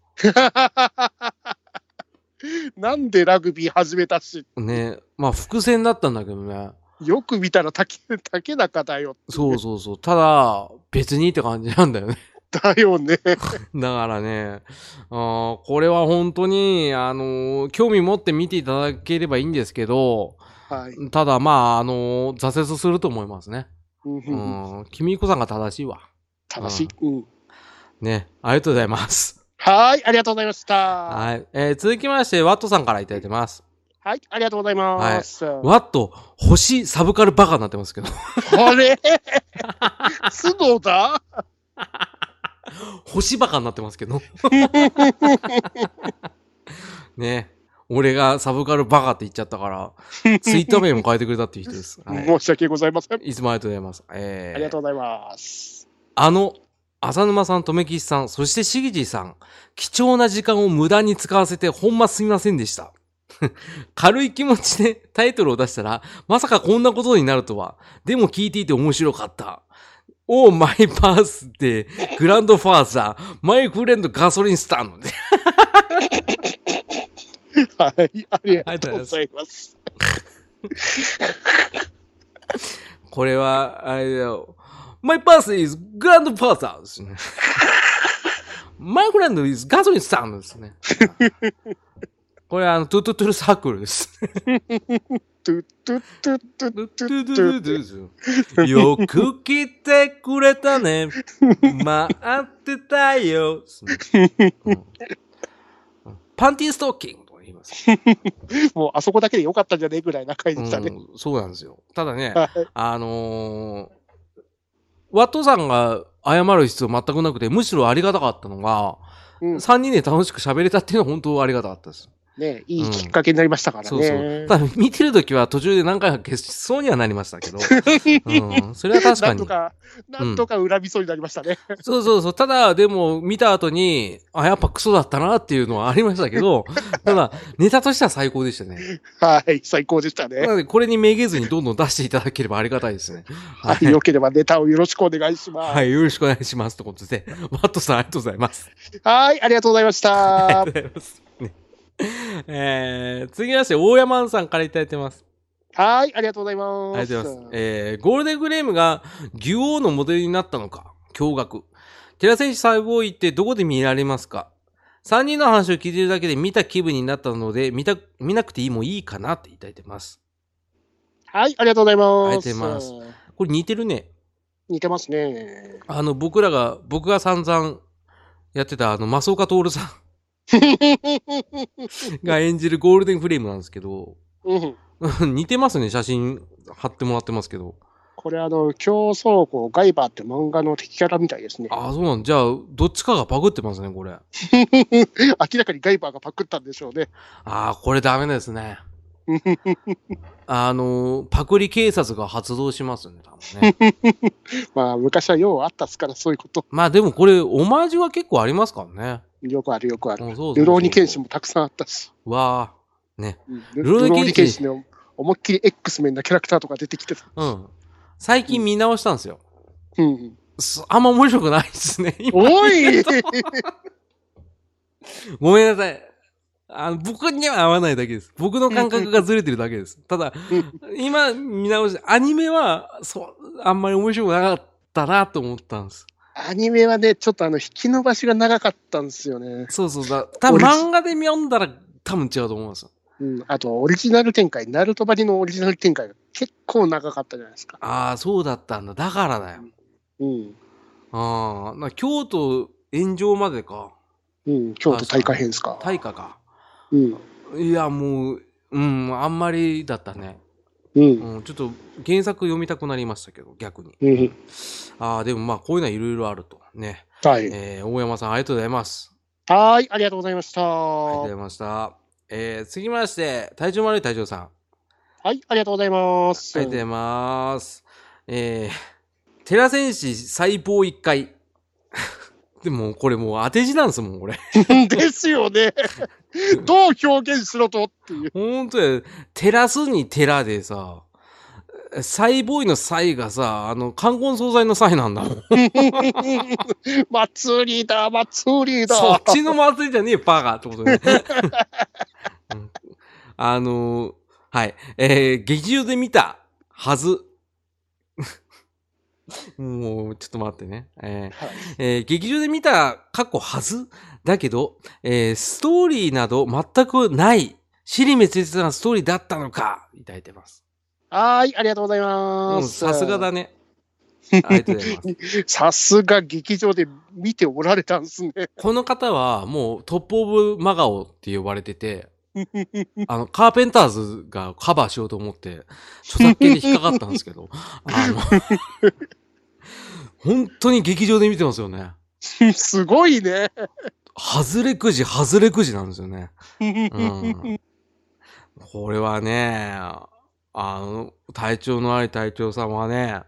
Speaker 2: なんでラグビー始めたし、
Speaker 1: ねまあ、伏線だったんだけどね。
Speaker 2: よく見たら竹竹中だよ。
Speaker 1: そうそう そう。ただ、別にって感じなんだよね。
Speaker 2: だよね。
Speaker 1: だからね、あーこれは本当に、あのー興味持って見ていただければいいんですけど、
Speaker 2: はい。
Speaker 1: ただまあ、あのー挫折すると思いますね。
Speaker 2: う
Speaker 1: う
Speaker 2: んうんうん
Speaker 1: ん、君彦さんが正しいわ。
Speaker 2: 楽しい。うん
Speaker 1: ね、ありがとうございます。
Speaker 2: はーい、ありがとうございました。
Speaker 1: はい。えー続きまして、ワットさんからいただいてます。
Speaker 2: はい、ありがとうございます。
Speaker 1: ワット、星サブカルバカになってますけど。
Speaker 2: あれスノだ
Speaker 1: 星バカになってますけど。 ね俺がサブカルバカって言っちゃったから、ツイッター名も変えてくれたっていう人です。は
Speaker 2: 申し訳ございません。
Speaker 1: い。いつもありがとうございます。えー
Speaker 2: ありがとうございます。
Speaker 1: あの、浅沼さん、留吉さん、そしてしぎじいさん、貴重な時間を無駄に使わせてほんますみませんでした。 軽い気持ちでタイトルを出したら、まさかこんなことになるとは。でも聞いていて面白かった。オーマイパースデー、グランドファーザー、マイフレンドガソリンスタンド。
Speaker 2: はい、ありがとうございます。
Speaker 1: これは、あれだよ。My birthday is grand father ですね。My friend is gasoline stand ですね。これはあの、トゥトゥトゥルサークルです。
Speaker 2: トゥトゥトゥトゥト
Speaker 1: トゥト
Speaker 2: ゥト
Speaker 1: ゥトゥ
Speaker 2: ゥ
Speaker 1: トゥトゥよく来てくれたね。待ってたよ。ですねうんパンティーストッキングとか言います。
Speaker 2: もうあそこだけでよかったんじゃねえぐらいな回
Speaker 1: う
Speaker 2: でしたね。
Speaker 1: ん、そうなんですよ。ただね、
Speaker 2: はい
Speaker 1: あのーワットさんが謝る必要全くなくて、むしろありがたかったのが、
Speaker 2: うん
Speaker 1: 3人で楽しく喋れたっていうのは本当ありがたかったです。
Speaker 2: ね、いいきっかけになりましたからね。
Speaker 1: そうそう。ただ見てるときは途中で何回か消しそうにはなりました けど。うん。それは確
Speaker 2: な
Speaker 1: か
Speaker 2: んと
Speaker 1: に。
Speaker 2: か、なんとか恨みそうになりましたね。
Speaker 1: そうそうそう。ただ、でも見た後に、あ、やっぱクソだったなっていうのはありましたけ ど、ただ、ネタとしては最高でしたね。
Speaker 2: はい、最高でしたね
Speaker 1: な。ので、これにめげずにどんどん出していただければありがたいですね。は
Speaker 2: はい、
Speaker 1: い。
Speaker 2: よければネタをよろしくお願いします。は、
Speaker 1: はいい。よろしくお願いします。ということで、マットさんありがとうございます。
Speaker 2: ありがとうございました
Speaker 1: あり。がとうございます。ねえー、次まして、大山さんからいただいてます。
Speaker 2: はい、ありがとうございます。
Speaker 1: ありがとうございます。えー、ゴールデングレームが牛王のモデルになったのか驚愕。寺選手サイボーイってどこで見られますか ?3 人の話を聞いてるだけで見た気分になったので、見た、見なくていいもいいかなっていただいてます。
Speaker 2: はい、ありがとうございます。
Speaker 1: ありがとうござこれ似てるね。
Speaker 2: 似てますね。
Speaker 1: あの、僕らが、僕が散々やってた、あの、マ岡徹さんが演じるゴールデンフレームなんですけど、
Speaker 2: うん。
Speaker 1: 似てますね、写真貼ってもらってますけど。
Speaker 2: これあの、競争校ガイバーって漫画の敵キャラみたいですね。
Speaker 1: ああ、そうなんじゃあ、どっちかがパクってますね、これ。あ
Speaker 2: 明らかにガイバーがパクったんでしょうね。
Speaker 1: あ、これダメですね。あの、パクリ警察が発動しますね、多分ね。
Speaker 2: まあ、昔はようあったっすから、そういうこと。
Speaker 1: まあでもこれ、オマージュは結構ありますからね。
Speaker 2: よくあるよくある。
Speaker 1: うんそう
Speaker 2: ルローニケンシ
Speaker 1: も。
Speaker 2: もたくさんあったし。
Speaker 1: わあ、ね。
Speaker 2: うん
Speaker 1: ル
Speaker 2: ル
Speaker 1: ロ
Speaker 2: ロ
Speaker 1: ー
Speaker 2: ー
Speaker 1: ニケンシ
Speaker 2: ニケンシの思いっきり X メンなキャラクターとか出てきてた。
Speaker 1: うん。最近見直したんですよ。
Speaker 2: うん。
Speaker 1: すあんま面白くないですね。今
Speaker 2: おい
Speaker 1: ごめんなさい。あの僕には合わないだけです。僕の感覚がずれてるだけです。ただ、今見直して、アニメは、そう、あんまり面白くなかったなと思ったんです。
Speaker 2: アニメはね、ちょっとあの、引き伸ばしが長かったんですよね。
Speaker 1: そうそうだ。多分漫画で読んだら多分違うと思うんですよ。
Speaker 2: うん。あと、オリジナル展開、ナルトバリのオリジナル展開が結構長かったじゃないですか。
Speaker 1: ああ、そうだったんだ。だからだよ。
Speaker 2: うん。
Speaker 1: ああ、な京都炎上までか。
Speaker 2: うん。京都大会編ですか。
Speaker 1: 大化か。
Speaker 2: うん。
Speaker 1: いや、もう、うん、あんまりだったね。
Speaker 2: うん。
Speaker 1: うん、ちょっと原作読みたくなりましたけど、逆に。
Speaker 2: うん。
Speaker 1: ああ、でもまあ、こういうのはいろいろあると。ね。
Speaker 2: はい。
Speaker 1: えー大山さん、ありがとうございます。
Speaker 2: はーい、ありがとうございました。
Speaker 1: ありがとうござ
Speaker 2: はい
Speaker 1: ました。えー、続きまして、体調悪い隊長さん。あ
Speaker 2: い、ありがとうございます。
Speaker 1: りがとうございます。えー、テラ戦士細胞一回。 でも、これもう当て字なんですもん、これ。
Speaker 2: です よね。どう表現しろと っていう。
Speaker 1: ほんとや、テラスにテラでさ、サイボーイのサイがさ、あの、冠婚葬祭のサイなんだもん。
Speaker 2: 祭りだ、祭りだ。
Speaker 1: そっちの祭りじゃねえ、バカってこと ね。うんあのーはい。えー、劇場で見たはず。もう、ちょっと待ってね。えー
Speaker 2: はい
Speaker 1: えー劇場で見た過去はずだけど、えーストーリーなど全くない、死に滅裂なストーリーだったのか、いただいてます。
Speaker 2: はーい、ありがとうござい
Speaker 1: うん
Speaker 2: ます。
Speaker 1: さすが。だね。ありがとうございます。
Speaker 2: さすが劇場で見ておられたんですね。
Speaker 1: この方はもうトップオブマガオって呼ばれてて、あの、カーペンターズがカバーしようと思って、著作権で引っかかったんですけど、あの、本当に劇場で見てますよね。
Speaker 2: すごいね。
Speaker 1: 外れくじ、外れくじなんですよね。うん。これはね、あの、体調のある隊長さんはね、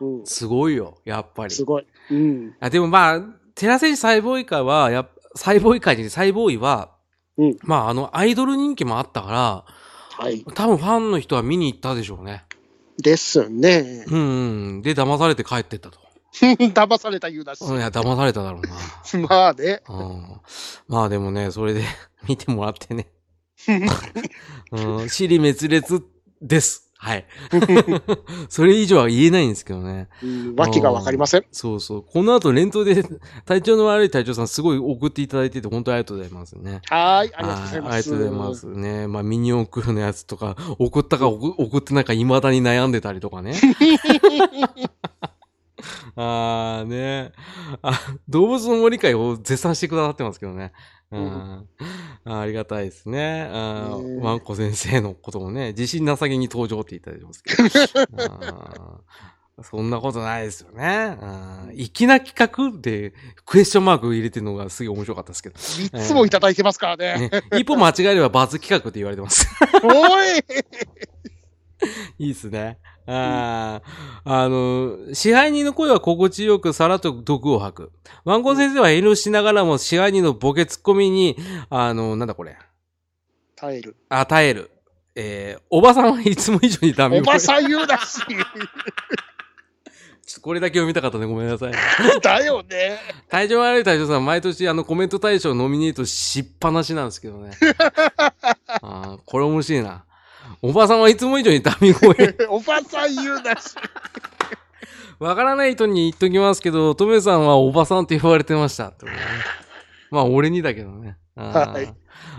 Speaker 2: うん
Speaker 1: すごいよ、やっぱり
Speaker 2: す。ごい。うん。
Speaker 1: あでもまあ、テラ選手サイボーイ会は、やっサイボーイ会にサイボーイは、
Speaker 2: うん
Speaker 1: まああの、アイドル人気もあったか
Speaker 2: はい。
Speaker 1: ら、多分ファンの人は見に行ったでしょうね。
Speaker 2: ですね。
Speaker 1: うん、うん。で、騙されて帰ってったと。
Speaker 2: 騙された言うだし。
Speaker 1: うんいや、騙されただろうな。
Speaker 2: まあね。
Speaker 1: うん、まあでもね、それで 見てもらって ね。うん、死に滅裂です。はい。 それ以上は言えないんですけどね。
Speaker 2: うんわけがわかりません。
Speaker 1: そうそう。この後連投で体調の悪い隊長さんすごい送っていただいてて本当にありがとうございますね。
Speaker 2: はーい、ありがとうございま
Speaker 1: はい
Speaker 2: す。
Speaker 1: ありがとうございま。すね。まあ、ミニオンクルのやつとか、送 ったか送送ってないか未だに悩んでたりとかね。ああねあ。動物の森会を絶賛してくださってますけどね。うん。あありがたいですね。あ
Speaker 2: ねえ
Speaker 1: ワン コ先生のこともね、自信なさげに登場って言ったりしますけど。あそんなことないですよね。うん。粋な企画でクエスチョンマーク入れてるのがすげえ面白かったですけど。
Speaker 2: 3つもいただいてますからね。
Speaker 1: ね、 一歩間違えれば罰企画って言われてます。
Speaker 2: おい
Speaker 1: いいっすね。あーあの、支配人の声は心地よくさらっと毒を吐く。ワンコン先生は遠慮しながらも支配人のボケツッコミに、あの、なんだこれ、
Speaker 2: 耐える。
Speaker 1: あ、耐える。えー、おばさんはいつも以上にダメ
Speaker 2: お
Speaker 1: 声
Speaker 2: ばさん言うだし。
Speaker 1: ちょっと これだけ読みたかったんでごめんなさい。
Speaker 2: だよね。
Speaker 1: 体調悪い隊長さん、毎年あのコメント大賞ノミネートしっぱなしなんですけど ね。あーこれ面白いな。おばさんはいつも以上にダミ声。
Speaker 2: おばさん言うだし。
Speaker 1: わからない人に言っときますけど、トメさんはおばさんって言われてましたってことね。まあ、俺にだけどね。あー
Speaker 2: はい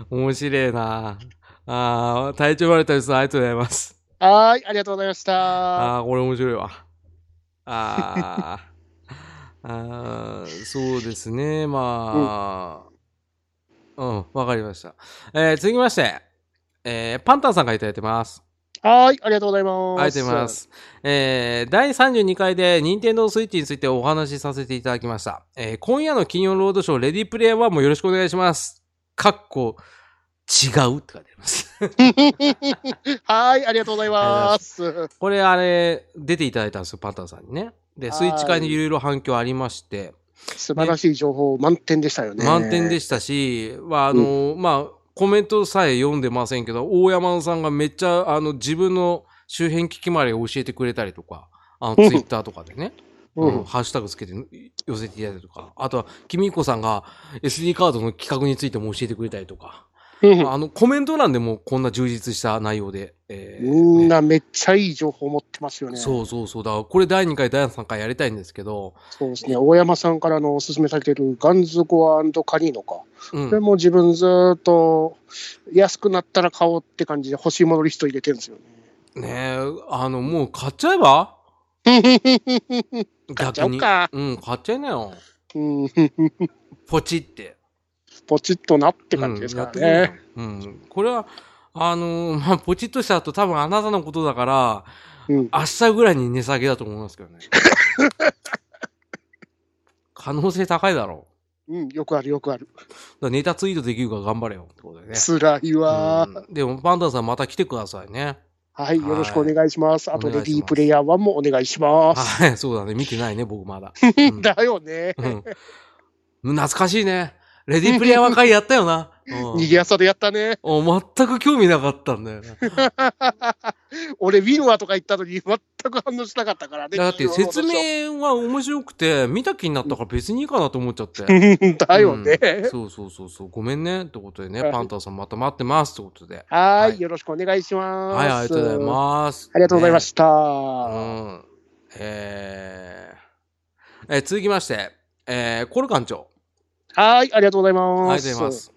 Speaker 1: 面白いな。あー体調悪い隊長さん、ありがとうございます。
Speaker 2: はーい、ありがとうございました。
Speaker 1: ああー、これ面白いわ。あー あー、そうですね。まあ、うん、わかりました。えー続きまして、えーパンタンさんからいただいてます。
Speaker 2: はーい、ありがとうございます。
Speaker 1: ありがとうございま。す。えー、第32回で任天堂スイッチについてお話しさせていただきました。えー今夜の金曜ロードショー、レディープレイヤー1もよろしくお願いします。かっこ、違うって書いてあります。
Speaker 2: はーい、ありがとうございます。
Speaker 1: これあれ、出ていただいたんですよ、パンタンさんにね。で、
Speaker 2: はい
Speaker 1: スイッチ界にいろいろ反響ありまして、
Speaker 2: 素晴らしい情報満点でしたよね。
Speaker 1: 満点で
Speaker 2: し
Speaker 1: したし、まあ、あの、まあ、コメントさえ読んでませんけど、大山さんがめっちゃ、あの、自分の周辺聞き回りを教えてくれたりとか、あ の、ツ
Speaker 2: うん
Speaker 1: イッターとかでね、
Speaker 2: う
Speaker 1: あの
Speaker 2: ん。
Speaker 1: ハッシュタグつけて寄せていただいたりとか、あとは、きみこさんが SD カードの企画についても教えてくれたりとか、
Speaker 2: うん
Speaker 1: あの、コメント欄でもこんな充実した内容で、えー
Speaker 2: みんなめっちゃいい情報持ってますよね。
Speaker 1: そうそうそう。だから、これ第2回、第3回やりたいんですけど、
Speaker 2: そうですね。大山さんからのおすすめされてるガンズゴアカニーノ
Speaker 1: う
Speaker 2: か。これ
Speaker 1: ん。
Speaker 2: も自分ずーっと安くなったら買おうって感じで欲しいものリスト入れてるんですよね。
Speaker 1: ねえ、あの、もう買っちゃえ ば
Speaker 2: 買っち
Speaker 1: 逆
Speaker 2: ゃおう
Speaker 1: に。
Speaker 2: か。
Speaker 1: うん、買っちゃいなよ。
Speaker 2: うん、
Speaker 1: ポチって。
Speaker 2: ポチッとなって感じですからね。
Speaker 1: うん、やってみようようんこれは、あのーまあ、ポチッとした後多分あなたのことだから、
Speaker 2: うん、
Speaker 1: 明日ぐらいに値下げだと思います けどね。可能性高いだろ
Speaker 2: うん、よくあるよくある。
Speaker 1: う。だからネタツイートできるから頑張れよってことだよね。
Speaker 2: 辛いわー、
Speaker 1: うんでも、パンダさんまた来てくださいね。
Speaker 2: はい、よろしくお願いします。
Speaker 1: はい
Speaker 2: あと、
Speaker 1: お
Speaker 2: レ
Speaker 1: 願
Speaker 2: デ
Speaker 1: いし
Speaker 2: ィ
Speaker 1: ます
Speaker 2: ープレイヤー1もお願いします。
Speaker 1: はい、そうだね。見てないね、僕まだ。うん
Speaker 2: だよね。
Speaker 1: うん懐かしいね。レディープレイヤー若いやったよな。うん
Speaker 2: 逃げ朝でやったね。
Speaker 1: お全く興味なかったんだよね。
Speaker 2: 俺、ウィンワーとか言ったのに全く反応しなかったからね。
Speaker 1: だって説
Speaker 2: 昨
Speaker 1: 明は面白くて、見た気になったから別にいいかなと思っちゃって。
Speaker 2: 日の放送。うん だよね。
Speaker 1: うんそうそうそうそう。ごめんね。ってことで
Speaker 2: は
Speaker 1: ね、
Speaker 2: い
Speaker 1: パンタンさんまた待ってます。ってことで。
Speaker 2: は
Speaker 1: はい
Speaker 2: い、よろしくお願いします。
Speaker 1: はい、ありがとうござい
Speaker 2: す。
Speaker 1: ます。
Speaker 2: ありがとうございました。
Speaker 1: ね。うん。えーえー続きまして、えーコル館長。
Speaker 2: はい、ありがとうござい
Speaker 1: あり
Speaker 2: ます。
Speaker 1: がとうございます。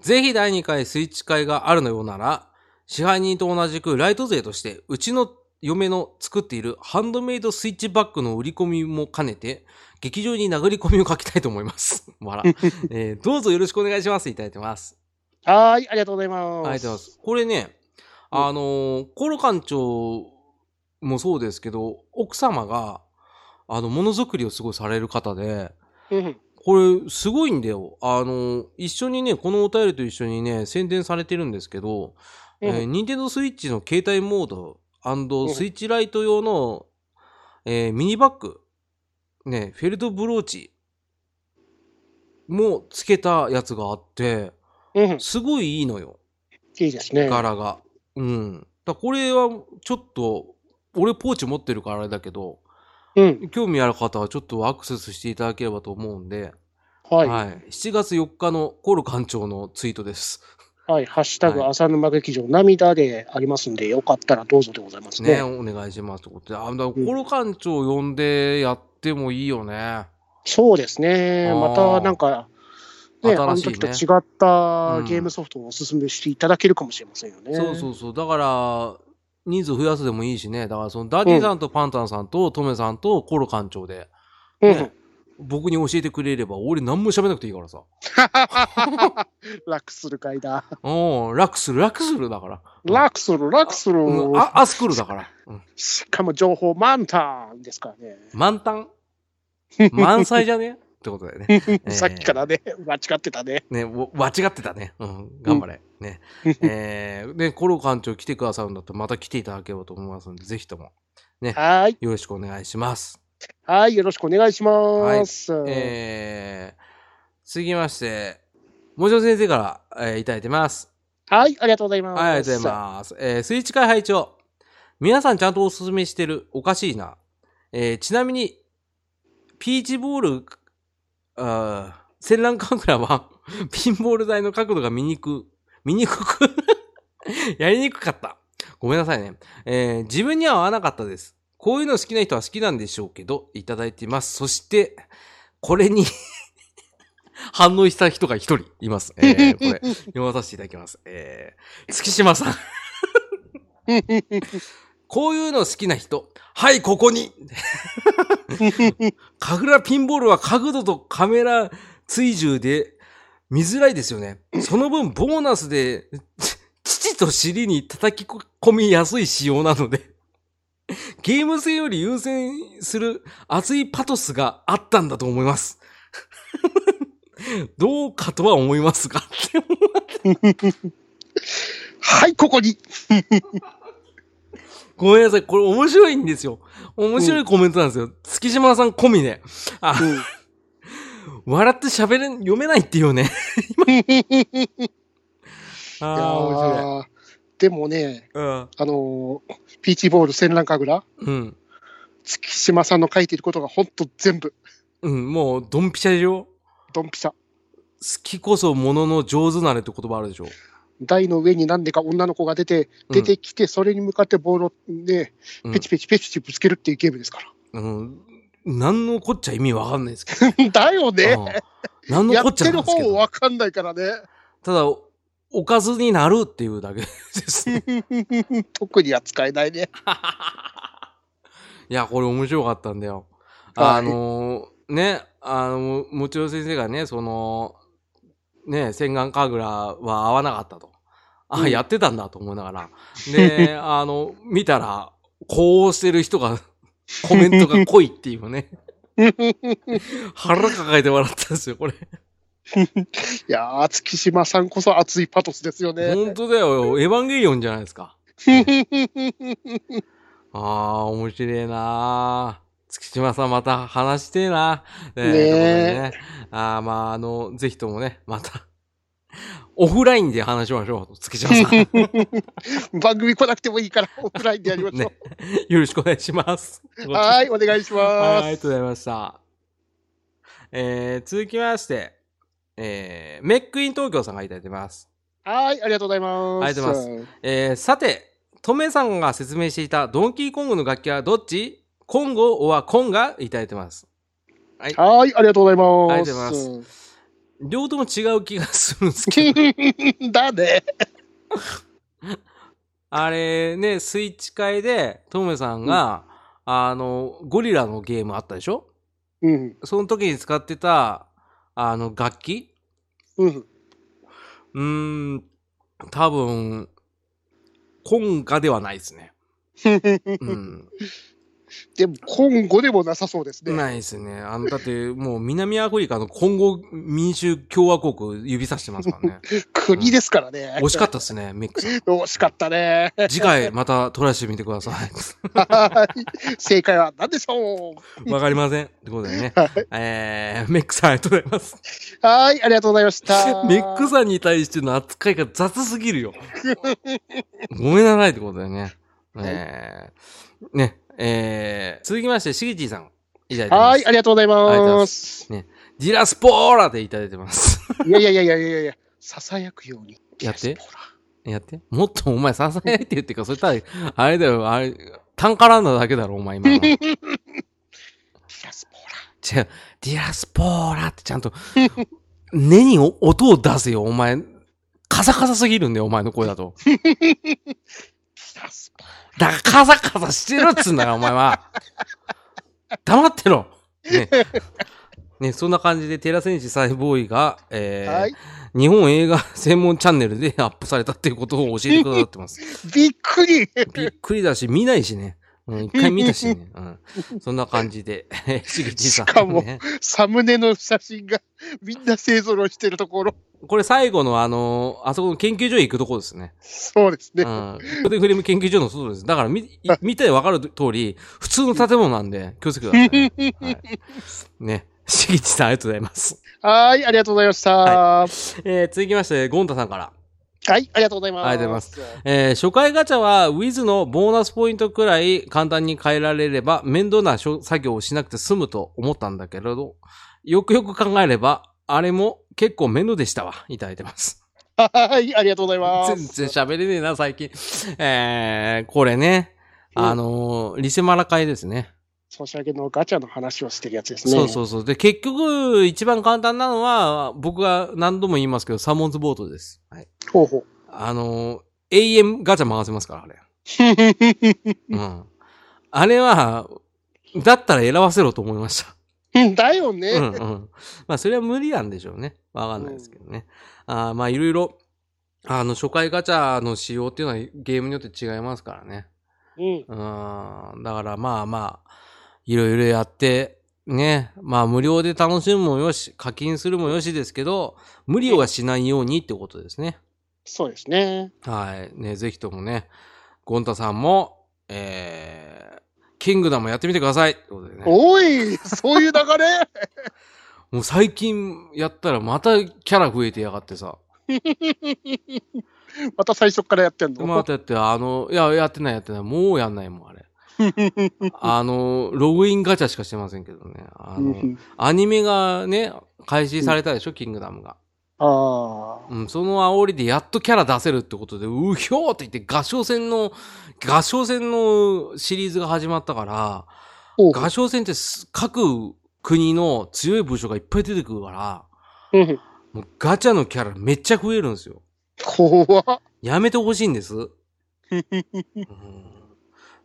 Speaker 1: ぜひ第2回スイッチ会があるのようなら、支配人と同じくライト勢として、うちの嫁の作っているハンドメイドスイッチバッグの売り込みも兼ねて、劇場に殴り込みをかけたいと思います。 笑、えーどうぞよろしくお願いします。いただいてます。
Speaker 2: はい、ありがとうございます。
Speaker 1: ありがとうございます。これね、あのーコロ館長もそうですけど、奥様が、あの、ものづくりをすごいされる方で、
Speaker 2: うん
Speaker 1: これ、すごいんだよ。あの、一緒にね、このお便りと一緒にね、宣伝されてるんですけど、
Speaker 2: うん
Speaker 1: えー、ニンテンドースイッチの携帯モード
Speaker 2: ん
Speaker 1: スイッチライト用の、えーミニバッグ、ね、フェルトブローチも付けたやつがあって、
Speaker 2: うん、い
Speaker 1: すごいいいのよ、
Speaker 2: いですね。
Speaker 1: 柄が。うん。だこれは、ちょっと、俺ポーチ持ってるからあれだけど、
Speaker 2: うん、
Speaker 1: 興味ある方はちょっとアクセスしていただければと思うんで、
Speaker 2: はい、
Speaker 1: は、
Speaker 2: はい
Speaker 1: 7月4日のコール館長のツイートです。
Speaker 2: い、ハッシュタグ、
Speaker 1: はい
Speaker 2: 浅沼劇場、涙でありますんで、よかったらどうぞでございます
Speaker 1: ね、
Speaker 2: ね。
Speaker 1: お願いしますってことで。あ、だからコール館長呼んでやってもいいよね。
Speaker 2: そうですね。
Speaker 1: あー
Speaker 2: また、なんか、ね、あ
Speaker 1: 新
Speaker 2: の
Speaker 1: しいね
Speaker 2: 時と違った
Speaker 1: うん
Speaker 2: ゲームソフトをおすすめしていただけるかもしれませんよね。
Speaker 1: そうそうそう。だから、人数増やすでもいいしね。だから、そのダディさんとパンタンさんとトメさんとコール館長で、
Speaker 2: うん。
Speaker 1: ね僕に教えてくれれば、俺何も喋らなくていいからさ。
Speaker 2: 楽する会だ。
Speaker 1: うん、楽する、楽するだから。
Speaker 2: 楽する、楽する。
Speaker 1: うん、あアスクールだから。うん、
Speaker 2: しかも情報満タンですからね。
Speaker 1: 満 タン。満載じゃねってことだよね。え
Speaker 2: さっきからね、間違ってたね。
Speaker 1: ね、わ間違ってたね。うん、頑張れ。ね。えー、で、コロ館長来てくださるんだったら、また来ていただければと思いますので、ぜひとも
Speaker 2: はーい。
Speaker 1: よろしくお願いします。
Speaker 2: はい。よろしくお願いします。
Speaker 1: えー、続きまして、もちろん先生から、えーいただいてます。
Speaker 2: はい。ありがとうございます。
Speaker 1: はい、ありがとうございます。えー、スイッチ会拝聴皆さんちゃんとおすすめしてる。おかしいな。えー、ちなみに、ピーチボール、あー戦乱カンクラは、 ピンボール台の角度が見にく、見にくく、 やりにくかった。ごめんなさいね。えー、自分には合わなかったです。こういうの好きな人は好きなんでしょうけど、いただいています。そして、これに、 反応した人が一人います。えー、これ、読まさせていただきます。えー、月島さん。こういうの好きな人。はい、ここに。カグラピンボールは角度とカメラ追従で見づらいですよね。その分、ボーナスで、ち父と尻に叩き込みやすい仕様なので、ゲーム性より優先する熱いパトスがあったんだと思います。 どうかとは思いますが。
Speaker 2: はい、ここに。
Speaker 1: ごめんなさい。これ面白いんですよ。面白いコメントなんですよ。月島さん込みで。あ、
Speaker 2: うん
Speaker 1: 笑って喋れん、読めないって いうね。今。ああ、面
Speaker 2: いやーでもね、
Speaker 1: 白
Speaker 2: あのーピーチボール戦乱神楽、
Speaker 1: い。うん。うん。
Speaker 2: 月島さんの書いていることがほんと全部、
Speaker 1: うん、もう、ドンピシャでしょ好
Speaker 2: ドンピシャ。
Speaker 1: きこそものの上手なれって言葉あるでしょ。
Speaker 2: 台の上に何でか女の子が出て、
Speaker 1: うん
Speaker 2: 出てきて、それに向かってボールをね
Speaker 1: うん、
Speaker 2: ペチペチペチペチぶつけるっていうゲームですか
Speaker 1: うん。なんのこっちゃ意味わかんないですけ
Speaker 2: ら。 だよ
Speaker 1: ど。
Speaker 2: ね。
Speaker 1: うんなんの
Speaker 2: や
Speaker 1: こっ
Speaker 2: っ
Speaker 1: ちゃ
Speaker 2: て
Speaker 1: な
Speaker 2: る
Speaker 1: んですけ
Speaker 2: 方
Speaker 1: ど。
Speaker 2: わかんないからね。
Speaker 1: ただ、おおかずになるっていうだけですね。
Speaker 2: 特に扱えないね。
Speaker 1: いや、これ面白かったんだよ。
Speaker 2: はい
Speaker 1: あのーね、あのも、もちろん先生がね、その、ね、洗顔神楽は合わなかったと。あ、
Speaker 2: うん
Speaker 1: やってたんだと思いながら。 で、あの、見たら、こうしてる人が、 コメントが濃いっていう ね。腹抱えて笑ったんですよ、これ。
Speaker 2: いやー、月島さんこそ熱いパトスですよね。
Speaker 1: 本当だよ。エヴァンゲリオンじゃないですか。あー、面白いなー月島さんまた話してーなー。
Speaker 2: ねえ
Speaker 1: ということでねあー、まあ、あの、ぜひともね、また、 オフラインで話しましょう。月島さ ん。
Speaker 2: 番組来なくてもいいから、オフラインでやりましょう。
Speaker 1: ねよろしくお願いします。
Speaker 2: はーい、お願いし
Speaker 1: はい、
Speaker 2: ま
Speaker 1: ありが
Speaker 2: す。
Speaker 1: とうございました。えー、続きまして、えー、メックイン東京さんがいただいてます。
Speaker 2: はい、ありがとうございます。
Speaker 1: ありがとうございえーさて、トメさんが説明していたドンキーコングの楽器はどっちコンゴオアコンがいただいてます。
Speaker 2: はい、ありがとうございま
Speaker 1: あ
Speaker 2: す。
Speaker 1: りがとうござ
Speaker 2: いま
Speaker 1: 両方とも違う気がするんですけど。
Speaker 2: す。 だね。
Speaker 1: あれね、スイッチ会でトメさんが、あの、ゴリラのゲームあったでしょ
Speaker 2: うん。
Speaker 1: その時に使ってた、あの、楽器
Speaker 2: うん。
Speaker 1: うーん、多分、コンガではないですね。うん。
Speaker 2: でも、今後でもなさそうですね。
Speaker 1: ないですね。あの、だって、もう南アフリカのコンゴ民主共和国指さしてますからね。
Speaker 2: 国ですからね。
Speaker 1: 惜しかったですね、ミックさん。
Speaker 2: 惜しかったね。
Speaker 1: 次回またトライしてみてください。
Speaker 2: はい正解は何でしょう
Speaker 1: わかりません。ってことで ね。えー、メックさんありがとうございます。
Speaker 2: はい、ありがとうございま した。
Speaker 1: メックさんに対しての扱いが雑すぎる よ。ごめんなさいってことだよね。えー、ね、えー、続きまして、しげちーさん。いただいてます。
Speaker 2: はい、ありがとうござい
Speaker 1: ありがとうござい
Speaker 2: ま。
Speaker 1: ますディラスポーラでいただいてます。
Speaker 2: いやいやいやいやいやいや、ささやくように。
Speaker 1: やって
Speaker 2: ほら
Speaker 1: やって。もっとお前、ささやいて言ってか、それたら、あれだよ、あれ、単からんだだけだろ、お前 今の。違う、
Speaker 2: ピラスポ
Speaker 1: ディラスポーラってちゃんと、 根に音を出せよ、お前。カサカサすぎるんだよ、お前の声だと。
Speaker 2: ーラ。ピラスポーラ。
Speaker 1: だからカサカ サしてるっつうんだよ、お前は。黙ってろ。ね。ね、そんな感じで、テラ戦士サイボーイが、えー
Speaker 2: はい。
Speaker 1: 日本映画専門チャンネルでアップされたっていうことを教えてくださってます。
Speaker 2: びっくり
Speaker 1: びっくりだし、見ないしね。うん、一回見たし ね。うん。そんな感じで、 しげちさん、ね。
Speaker 2: しかもサムネの写真がみんな勢ぞろいしてるところ。
Speaker 1: これ最後のあのーあそこの研究所へ行くとこです ね。
Speaker 2: そうです
Speaker 1: う
Speaker 2: ね。
Speaker 1: ん。これフレーム研究所の外です。だから 見、い見てわかる通り、普通の建物なんで、気をつけてください、ね。はい。ね。 しげちさん、ありがとうございます。
Speaker 2: はい、ありがとうございました。は、
Speaker 1: はいえー、続きまして、ゴンタさんから。
Speaker 2: ありがとうございます。
Speaker 1: ありがとうご
Speaker 2: ざいます。
Speaker 1: えー初回ガチャは Wiz のボーナスポイントくらい簡単に変えられれば面倒な諸作業をしなくて済むと思ったんだけれど、よくよく考えれば、あれも結構面倒でしたわ。いただいてます。
Speaker 2: はい、ありがとうございま
Speaker 1: 全
Speaker 2: す。
Speaker 1: 然喋れねえな、最近。えー、これね、あのーリセマラ会ですね。
Speaker 2: ソシャゲのガチャの話をしてるやつですね。
Speaker 1: そうそうそう。で、結局、一番簡単なのは、僕が何度も言いますけど、サモンズボートです。はい。
Speaker 2: ほうほう。
Speaker 1: あのー、永遠ガチャ回せますから、あれ。うん。あれは、だったら選ばせろと思いました。
Speaker 2: だよね。
Speaker 1: うんうん。まあ、それは無理なんでしょうね。わかんないですけどね。あーまあ、いろいろ、あの、初回ガチャの仕様っていうのはゲームによって違いますからね。
Speaker 2: うん。
Speaker 1: うん。だから、まあまあ、いろいろやって、ね。まあ、無料で楽しむもよし、課金するもよしですけど、無理はしないようにってことですね。
Speaker 2: そうですね。
Speaker 1: はい。ね、ぜひともね、ゴンタさんも、えー、キングダムやってみてください。ってことでね。
Speaker 2: おい、そういう流れ
Speaker 1: もう最近やったらまたキャラ増えてやがってさ。
Speaker 2: また最初からやってんの、
Speaker 1: またやって、あの、いや、やってないやってない。もうやんないもん、あ れ。あの、ログインガチャしかしてませんけどね。あ
Speaker 2: う
Speaker 1: の、
Speaker 2: ん
Speaker 1: アニメがね、開始されたでしょ、キングダムが。
Speaker 2: ああ。
Speaker 1: うん、その煽りでやっとキャラ出せるってことで、うひょーって言って合唱戦の、合唱戦のシリーズが始まったから、
Speaker 2: おう
Speaker 1: 合唱戦ってす各国の強い部署がいっぱい出てくるから、
Speaker 2: うん。
Speaker 1: もうガチャのキャラめっちゃ増えるんですよ。
Speaker 2: 怖っ
Speaker 1: やめてほしいんです。うん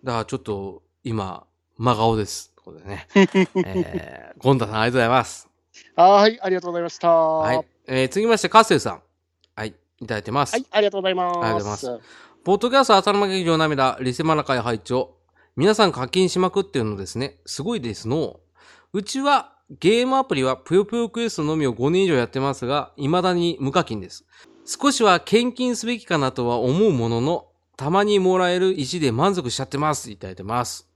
Speaker 1: だからちょっと今、真顔です。ということで ね。えー、ゴンダさんありがとうございます。
Speaker 2: はい、ありがとうございました。は
Speaker 1: はい
Speaker 2: い、。
Speaker 1: えー、続きまして、カッセルさん。はい。いただいてます。
Speaker 2: ありがとうございます。
Speaker 1: ありがとうございポッドキャスト浅沼劇場涙、リセマラ会拝聴皆さん課金しまくってるのですね。すごいですの。うちは、ゲームアプリはぷよぷよクエストのみを5年以上やってますが、未だに無課金です。少しは献金すべきかなとは思うものの、たまにもらえる石で満足しちゃってます。いただいてます。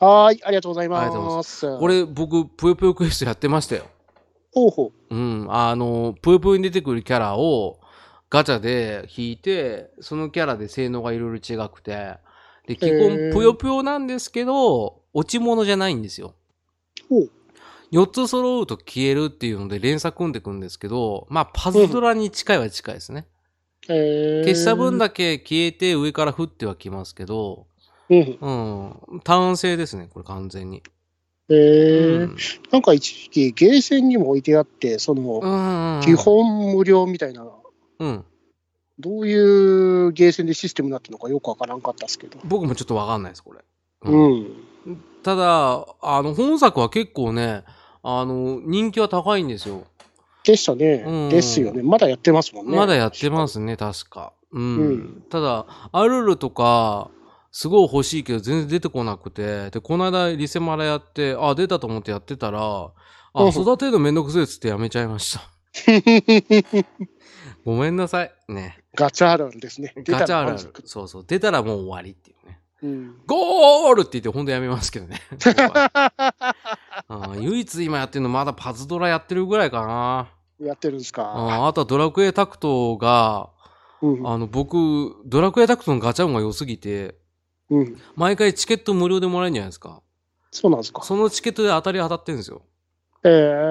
Speaker 2: はい、ありがとうござ
Speaker 1: あ
Speaker 2: い
Speaker 1: りがとうござい
Speaker 2: ま。
Speaker 1: ますこ、れ、僕、ぷよぷよクエストやってましたよ。
Speaker 2: ほうほ
Speaker 1: うん。あの、ぷよぷよに出てくるキャラをガチャで引いて、そのキャラで性能がいろいろ違くて、で、基
Speaker 2: へ
Speaker 1: 本
Speaker 2: ー
Speaker 1: ぷよぷよなんですけど、落ち物じゃないんですよ。
Speaker 2: ほう
Speaker 1: 4つ揃うと消えるっていうので連鎖組んでいくんですけど、まあ、パズドラに近いは近いですね。
Speaker 2: う。えー、
Speaker 1: 消した分だけ消えて上から降ってはきますけど、
Speaker 2: うん。
Speaker 1: うん。単性ですね、これ完全に。
Speaker 2: えー
Speaker 1: うん
Speaker 2: なんか一時期、ゲーセンにも置いてあって、その、
Speaker 1: うん。
Speaker 2: 基本無料みたいな、
Speaker 1: うん。
Speaker 2: どういうゲーセンでシステムになってるのかよくわからんかったですけど。
Speaker 1: 僕もちょっとわかんないです、これ。
Speaker 2: うん。
Speaker 1: ただ、あの、本作は結構ね、あの、人気は高いんですよ。
Speaker 2: でしたね
Speaker 1: うん。
Speaker 2: ですよね。まだやってますもんね。
Speaker 1: まだやってますね、確か。うん。
Speaker 2: うん
Speaker 1: ただ、アルルとか、すごい欲しいけど全然出てこなくて、で、この間リセマラやって、あ、出たと思ってやってたら、あ、
Speaker 2: うん
Speaker 1: 育てるのめんどくせえっつってやめちゃいま した。ごめんなさい。ね。
Speaker 2: ガチャあるあるですね。
Speaker 1: ガチャあるあ
Speaker 2: 出たら満
Speaker 1: る
Speaker 2: 足。
Speaker 1: そうそう。出たらもう終わりっていうね。
Speaker 2: うん。
Speaker 1: ゴールって言ってほんとやめますけど ね。僕はうん唯一今やってるのまだパズドラやってるぐらいかな。
Speaker 2: やってるんですか。
Speaker 1: ああとはドラクエタクトが、
Speaker 2: うん。
Speaker 1: あの、僕、ドラクエタクトのガチャ音が良すぎて、
Speaker 2: うん。
Speaker 1: 毎回チケット無料でもらえるんじゃないですか。
Speaker 2: そうなんですか。
Speaker 1: そのチケットで当たり当たってるんですよ。
Speaker 2: え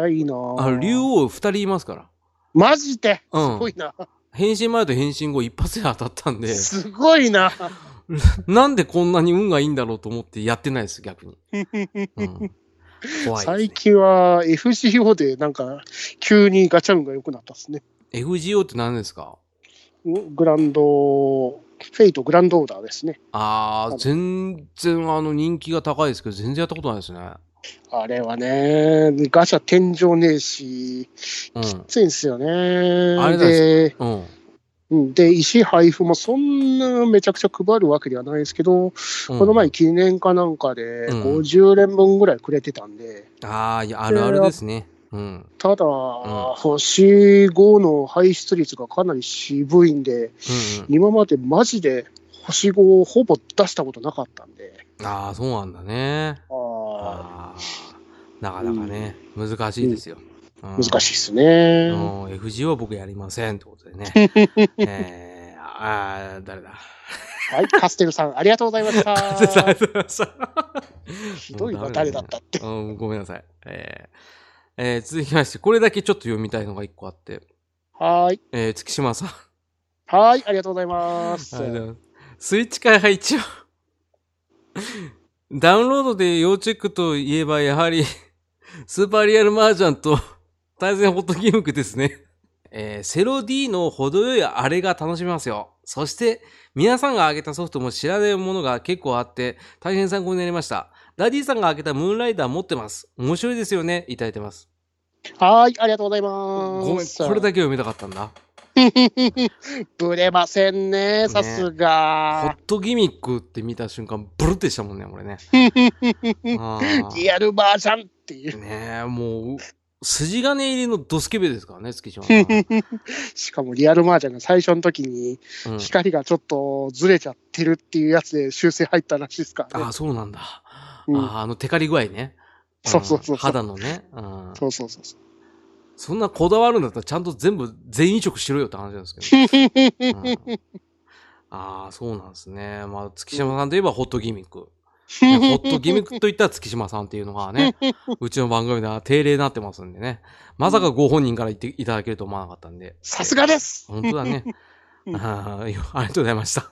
Speaker 2: ー、いいなぁ
Speaker 1: あの、竜王二人いますから。
Speaker 2: マジで
Speaker 1: う
Speaker 2: すご
Speaker 1: ん
Speaker 2: い。な。
Speaker 1: 変身前と変身後一発で当たったん で、
Speaker 2: すごいな。
Speaker 1: なんでこんなに運がいいんだろうと思ってやってないです、逆に。うん、怖いです、
Speaker 2: 最
Speaker 1: ね。
Speaker 2: 近は FGO でなんか急にガチャ運が良くなったですね。
Speaker 1: FGO って何ですか
Speaker 2: グランドフェイトグランドオーダーですね。
Speaker 1: ああ、全然あの人気が高いですけど、全然やったことないですね。
Speaker 2: あれはね、ガシャ天井ねえし、
Speaker 1: うん。
Speaker 2: ついんですよね。
Speaker 1: あれなん
Speaker 2: で、
Speaker 1: うん。
Speaker 2: うんで、石配布もそんなめちゃくちゃ配るわけではないですけど、こ
Speaker 1: こ
Speaker 2: の前記念かなんかで
Speaker 1: うん
Speaker 2: 50連分ぐらいくれてたんで、
Speaker 1: ああ、いやあるあるですね。うん。
Speaker 2: ただ、
Speaker 1: ん
Speaker 2: 星5の排出率がかなり渋いんで、
Speaker 1: うん
Speaker 2: 今までマジで星5をほぼ出したことなかったんで、
Speaker 1: うん、ああ、そうなんだね。あ
Speaker 2: あ
Speaker 1: あ、なかなかね、難しいですよ。
Speaker 2: ー難
Speaker 1: い。
Speaker 2: しいですね。
Speaker 1: うん、FG は僕やりませんってことでね。えー、ああ、誰だ。
Speaker 2: はい、カステルさん、ありがとうございまし
Speaker 1: あ りがとうご
Speaker 2: た。
Speaker 1: ざいました。
Speaker 2: ひどい
Speaker 1: も
Speaker 2: な、
Speaker 1: う
Speaker 2: 誰
Speaker 1: ダメだね
Speaker 2: だったって。
Speaker 1: うんごめんなさい。えーえー続きまして、これだけちょっと読みたいのが一個あって、
Speaker 2: はーい。
Speaker 1: えー月島さん。
Speaker 2: はーい、ありがとうございます。
Speaker 1: ありがとうございますスイッチ開発一応。 ダウンロードで要チェックといえば、やはり、 スーパーリアルマージャンと 対戦ホットギムクですね。えーセロ D の程よいあれが楽しめますよ。そして、皆さんが挙げたソフトも知らないものが結構あって、大変参考になりました。ダディさんが挙げたムーンライダー持ってます。面白いですよね。いただいてます。
Speaker 2: はーい、ありがとうございます。
Speaker 1: ごめん、これだけ読みたかったんだ。
Speaker 2: ぶれませんね、さす
Speaker 1: ホ
Speaker 2: が
Speaker 1: ッ。トギミックって見た瞬間、ブルってしたもんね、俺 ね。あー
Speaker 2: リアルバージョンっていう。
Speaker 1: ねえ、もう、筋金入りのドスケベですからね、月島さん。
Speaker 2: しかもリアルマージャンが最初の時に
Speaker 1: うん
Speaker 2: 光がちょっとずれちゃってるっていうやつで修正入ったらしいですから、
Speaker 1: ああ、
Speaker 2: ね。
Speaker 1: そうなんだ。あ
Speaker 2: うん
Speaker 1: ああの、テカリ具合ね。ん
Speaker 2: そうそうそうそう
Speaker 1: 肌のね、うん。
Speaker 2: そうそうそうそう。
Speaker 1: そんなこだわるんだったら、ちゃんと全部、全移植しろよって話なんですけど。うんああ、そうなんですね。まあ、月島さんといえばホットギミック。ねホットギミックといったら月島さんっていうのがね、うちの番組では定例になってますんでね。まさかご本人から言っていただけると思わなかったんで。
Speaker 2: さすがです。
Speaker 1: 本当だね。
Speaker 2: うん
Speaker 1: あーいやありがとうございました。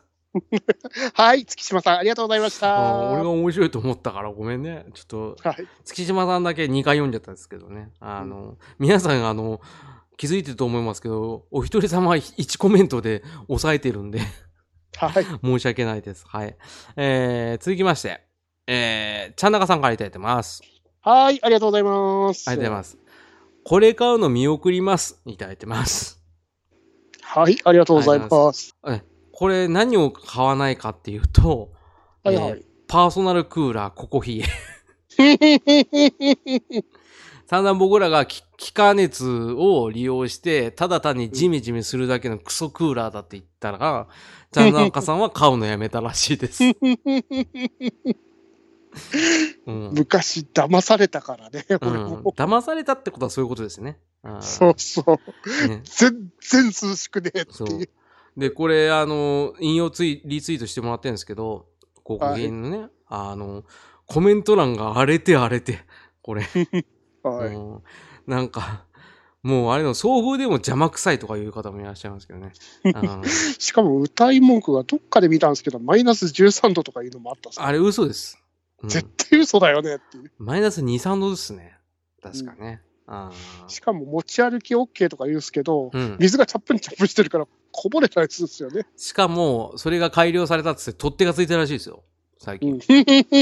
Speaker 2: はい、月島さん、ありがとうございまし
Speaker 1: あ
Speaker 2: た。
Speaker 1: ー俺が面白いと思ったからごめんね。ちょっと、
Speaker 2: はい、
Speaker 1: 月島さんだけ2回読んじゃったんですけどね。あの、皆さん、あの、気づいてると思いますけど、お一人様1コメントで抑えてるんで、
Speaker 2: はい、
Speaker 1: 申し訳ないです。はい。えー、続きまして、えー、ちゃんなかさんからいただいてます。
Speaker 2: はい、ありがとうございます。
Speaker 1: ありがとうございます。これ買うの見送ります。いただいてます。
Speaker 2: はい、ありがとうございます。
Speaker 1: これ何を買わないかっていうと、
Speaker 2: はい
Speaker 1: え
Speaker 2: は
Speaker 1: ー
Speaker 2: い。
Speaker 1: パーソナルクーラー、ココヒー。散々僕らが気気化熱を利用して、ただ単にジメジメするだけのクソクーラーだって言った ら、ちゃんなおかさんは買うのやめたらしいです。うん。
Speaker 2: 昔、騙されたからね、
Speaker 1: う
Speaker 2: 俺
Speaker 1: ん、
Speaker 2: も。
Speaker 1: 騙されたってことはそういうことですね。うん
Speaker 2: そうそう。
Speaker 1: ね
Speaker 2: 全然涼しくねえって
Speaker 1: そ
Speaker 2: いう
Speaker 1: う。。で、これ、あの、引用ツイリツイートしてもらってるんですけど、国民のね、あの、コメント欄が荒れて荒れて、これ、
Speaker 2: はい。
Speaker 1: うんなんか、もうあれの、送風でも邪魔くさいとかいう方もいらっしゃいますけど ね。うん
Speaker 2: しかも歌い文句がどっかで見たんですけど、マイナス13度とかいうのもあったさ。
Speaker 1: あれ嘘です。うん
Speaker 2: 絶対嘘だよねっていう。
Speaker 1: マイナス2、3度ですね。確かね。あ
Speaker 2: しかも持ち歩き OK とか言うんですけど、
Speaker 1: ーうん、
Speaker 2: 水がチャップンチャップンしてるからこぼれたりするんですよね。
Speaker 1: しかも、それが改良されたっつって取っ手がついてるらしいですよ。最 近。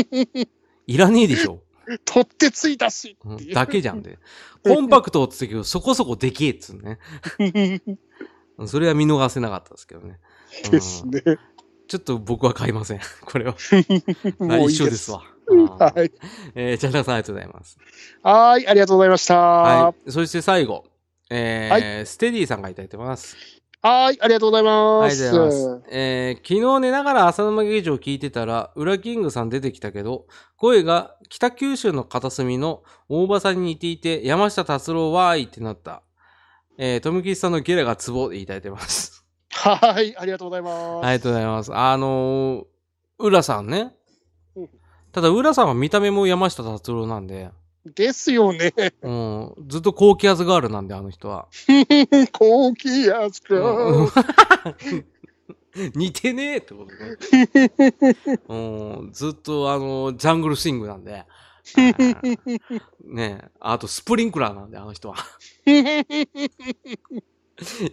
Speaker 1: いらねえでしょ。
Speaker 2: 取ってついたし
Speaker 1: うん
Speaker 2: っていう。
Speaker 1: だけじゃんで。コンパクトって言ったけど、そこそこでけえっつうね。それは見逃せなかったですけどね。うん
Speaker 2: ですね。
Speaker 1: ちょっと僕は買いません。 これは。
Speaker 2: もういい
Speaker 1: 一緒です。わ。あー
Speaker 2: はい。
Speaker 1: えー、チャンナさんありがとうございます。
Speaker 2: はい、ありがとうございました。は、
Speaker 1: はいい。そして最後、えーステディさんがいただいてます。
Speaker 2: ありがとうござい
Speaker 1: あ
Speaker 2: ま
Speaker 1: り
Speaker 2: す。
Speaker 1: がとうございます。えー昨日寝ながら浅沼劇場を聞いてたら、ウラキングさん出てきたけど、声が北九州の片隅の大場さんに似ていて、山下達郎わーいってなった。えー、富吉さんのゲラがツボでいただいて ます。
Speaker 2: はい、ありがとうございます。
Speaker 1: ありがとうございます。あのー、浦さんね
Speaker 2: うん。
Speaker 1: ただ、浦さんは見た目も山下達郎なんで、
Speaker 2: ですよね。
Speaker 1: うん、ずっと高気圧ガールなんで、あの人は。
Speaker 2: 高気圧か。
Speaker 1: うん
Speaker 2: は
Speaker 1: 似てねえってことね。うん、ずっとあの、ジャングルスイングなんで。ねえあとスプリンクラーなんで、あの人は。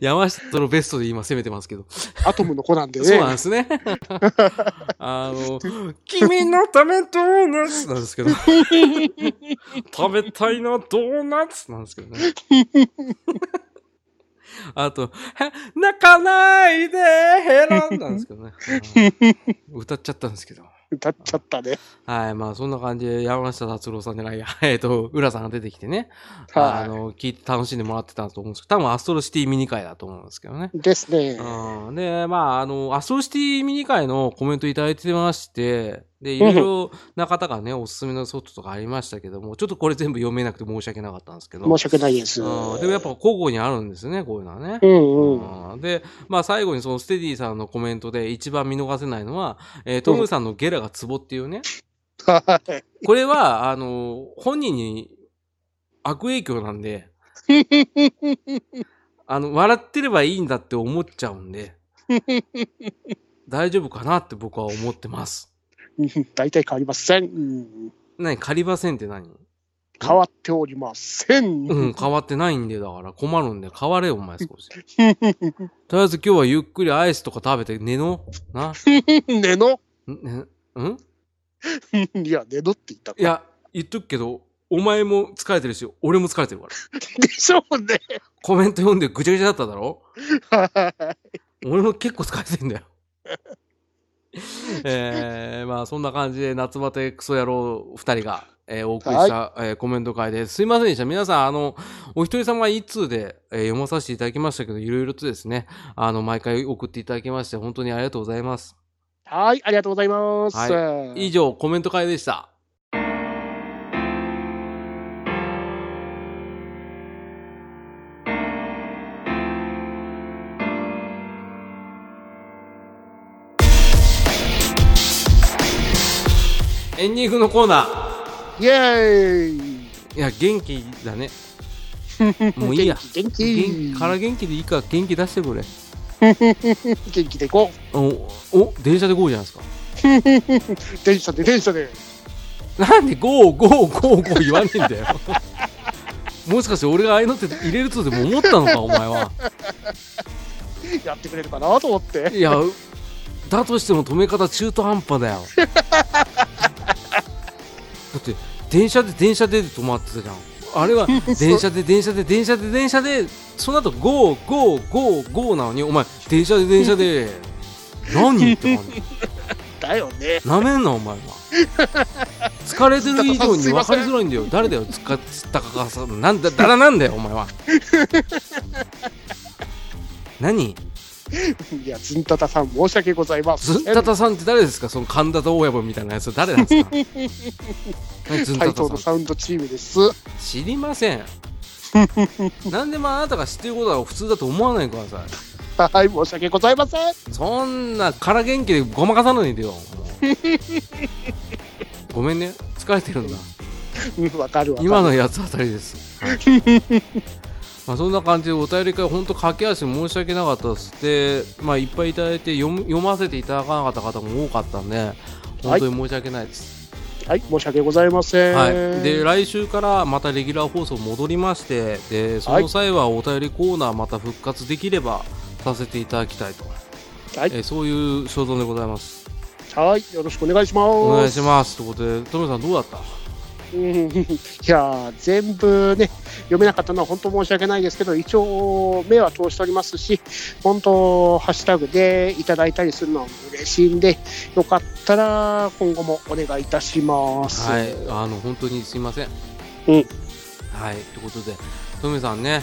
Speaker 1: 山下のベストで今攻めてますけど。
Speaker 2: アトムの子なんでね。
Speaker 1: そうなんですね。あの、君のためドーナツなんですけど。食べたいなドーナツなんですけどね。あと、へ泣かないでヘランなんですけどね。うん歌っちゃったんですけど。
Speaker 2: 歌っちゃったね。
Speaker 1: はい、まあそんな感じで山下達郎さんじゃないや、えっと、浦さんが出てきてね、あ
Speaker 2: は
Speaker 1: の、聞いて楽しんでもらってたと思うんですけど、多分アストロシティミニ会だと思うんですけどね。
Speaker 2: い。ですね。
Speaker 1: うんで、まあ、あの、アストロシティミニ会のコメントいただいてまして、で、いろいろな方がね、おすすめのソフトとかありましたけども、ちょっとこれ全部読めなくて申し訳なかったんですけど、
Speaker 2: 申し訳ないです。
Speaker 1: うんでもやっぱ交互にあるんですね、こういうのはね。
Speaker 2: うんうん。
Speaker 1: うんで、まあ最後にそのステディさんのコメントで一番見逃せないのは、えートムさんのゲラがツボっていうね、
Speaker 2: はい。
Speaker 1: これは、あの、本人に悪影響なんで、あの、笑ってればいいんだって思っちゃうんで、大丈夫かなって僕は思ってます。
Speaker 2: 大体変わりません。うん
Speaker 1: 何借りませんって何
Speaker 2: 変わっておりません。
Speaker 1: うん、変わってないんで、だから困るんで、変われよ、お前少し。とりあえず今日はゆっくりアイスとか食べて寝のな、
Speaker 2: 寝の
Speaker 1: ね、ん
Speaker 2: いや、寝のって言った
Speaker 1: いや、言っとくけど、お前も疲れてるし、俺も疲れてるから。
Speaker 2: でしょうね。
Speaker 1: コメント読んでぐちゃぐちゃだっただろ
Speaker 2: はい
Speaker 1: 俺も結構疲れてんだよ。えー、まあそんな感じで夏バテクソ野郎2人が、えーお送りした、えーコメント会です。すいませんでした。皆さん、あの、お一人様一通で、えー読まさせていただきましたけど、いろいろとですね、あの、毎回送っていただきまして、本当にありがとうございます。
Speaker 2: はい、ありがとうございます。
Speaker 1: 以上、コメント会でした。エンディングのコーナ
Speaker 2: イエーイ
Speaker 1: ー。いや、元気だ ね。もういいや。
Speaker 2: 元
Speaker 1: 元
Speaker 2: 気
Speaker 1: 気か
Speaker 2: 元
Speaker 1: ら元気でいいから元気出してくれ。
Speaker 2: 気元気でいこ
Speaker 1: お、お、電車で GO じゃないですか。
Speaker 2: う電車で電車で
Speaker 1: なんでゴーゴーゴーゴー言わねえんだよ もしかして俺がああいうのって入れるとでも思ったのかお前は
Speaker 2: やってくれるかなと思って
Speaker 1: いやだとしても止め方中途半端だよ だって電車で電車でで止まってたじゃんあれは電車で電車で電車で電車でその後ゴーゴーゴーゴーなのにお前電車で電車で何って感じ
Speaker 2: だよね
Speaker 1: なめんなお前は 疲れてる以上に分かりづらいんだよ誰だよつかつったかかさんなんだだらなんだよお前は 何
Speaker 2: いやずんたたさん申し訳ございません
Speaker 1: ずんたたさんって誰ですかその神田と親分みたいなやつ誰なん ですか何ずん
Speaker 2: タイ
Speaker 1: た
Speaker 2: トルの
Speaker 1: たさん
Speaker 2: サウンドチームです
Speaker 1: 知りま せん何でもあなたが知ってることは普通だと思わないでください
Speaker 2: はい申し訳ございません
Speaker 1: そんなから元気でごまかさないで よもうごめんね疲れてるんだ
Speaker 2: うんわかるわかる
Speaker 1: 今のやつあたりです。まあそんな感じでお便り会、本当駆け足申し訳なかったです。で、まあいっぱいいただいて読む読ませていただかなかった方も多かったんで、本当に申し訳ないです。
Speaker 2: はい申し訳ございません
Speaker 1: はい。で、来週からまたレギュラー放送戻りまして、で、その際はお便りコーナーまた復活できればさせていただきたいと。
Speaker 2: はい
Speaker 1: えーそういう所存でございます。
Speaker 2: はいよろしくお願いします
Speaker 1: お願いします。ということで、トムさんどうだった
Speaker 2: うん いやー全部ね読めなかったのは本当申し訳ないですけど一応目は通しておりますし本当ハッシュタグでいただいたりするのは嬉しいんでよかったら今後もお願いいたします。
Speaker 1: はい、あの本当にすいません。
Speaker 2: うん
Speaker 1: はい、ということで、トメさんね、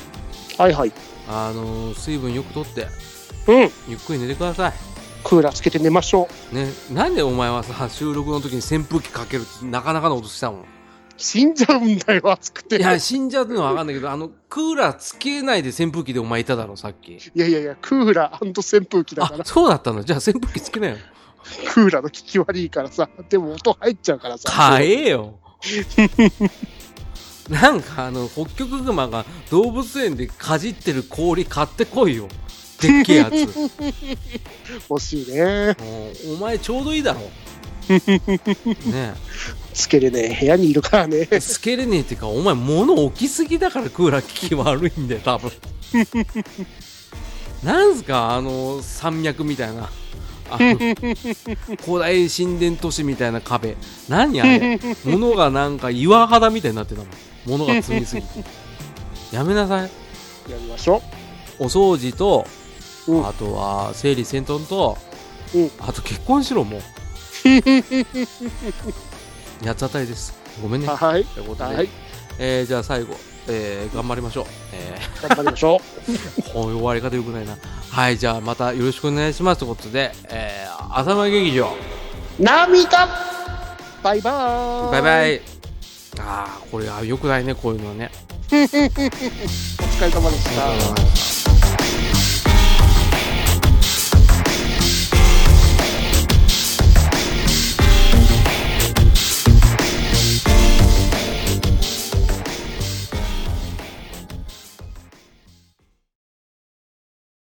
Speaker 2: はいはい。
Speaker 1: あの水分よくとって、
Speaker 2: うん。
Speaker 1: ゆっくり寝てください。
Speaker 2: クーラーつけて寝ましょう。
Speaker 1: ね、なんでお前はさ、収録の時に扇風機かけるってなかなかのことしたもん。
Speaker 2: 死んじゃうんだよ、暑くて。
Speaker 1: い
Speaker 2: いや
Speaker 1: や、
Speaker 2: い
Speaker 1: 死んじゃうのはわかんないけど、あの、クーラーつけないで扇風機でお前いただろ、さっき。
Speaker 2: やいやクーラー扇風機だか
Speaker 1: あ
Speaker 2: ら、、
Speaker 1: そうだったのじゃあ扇風機つけなよ。
Speaker 2: クーラーの効き悪いからさ、でも音入っちゃうからさ。
Speaker 1: 買えよ。 なんかあの、北極熊が動物園でかじってる氷買ってこいよ。でっけえやつ。
Speaker 2: 欲しいね。
Speaker 1: もうお前ちょうどいいだろ ね
Speaker 2: つけれねえ、部屋にいるからね。
Speaker 1: えつけれねえっていうかお前物置きすぎだからクーラー効き悪いんだよ多分 なんすかあの山脈みたいなあの古代神殿都市みたいな壁何あれ物がなんか岩肌みたいになってたもん物が積みすぎてやめなさい
Speaker 2: やりましょ
Speaker 1: お掃除と、
Speaker 2: うん
Speaker 1: あとは整理整頓と、
Speaker 2: うん
Speaker 1: あと結婚しろ もう八つ当たりですごめん
Speaker 2: う。
Speaker 1: ね
Speaker 2: はい。
Speaker 1: ということで、
Speaker 2: はい。
Speaker 1: えーじゃあ最後、えー頑張りましょう、え
Speaker 2: 頑張りましょ
Speaker 1: ーこういう終わり方よくないなはいじゃあまたよろしくお願いしますということで、えー、浅間劇場
Speaker 2: う。 涙バイバーイ
Speaker 1: バイバ イあーこれはよくないねこういうのはね
Speaker 2: お疲れ様でした。
Speaker 1: ありがとうございました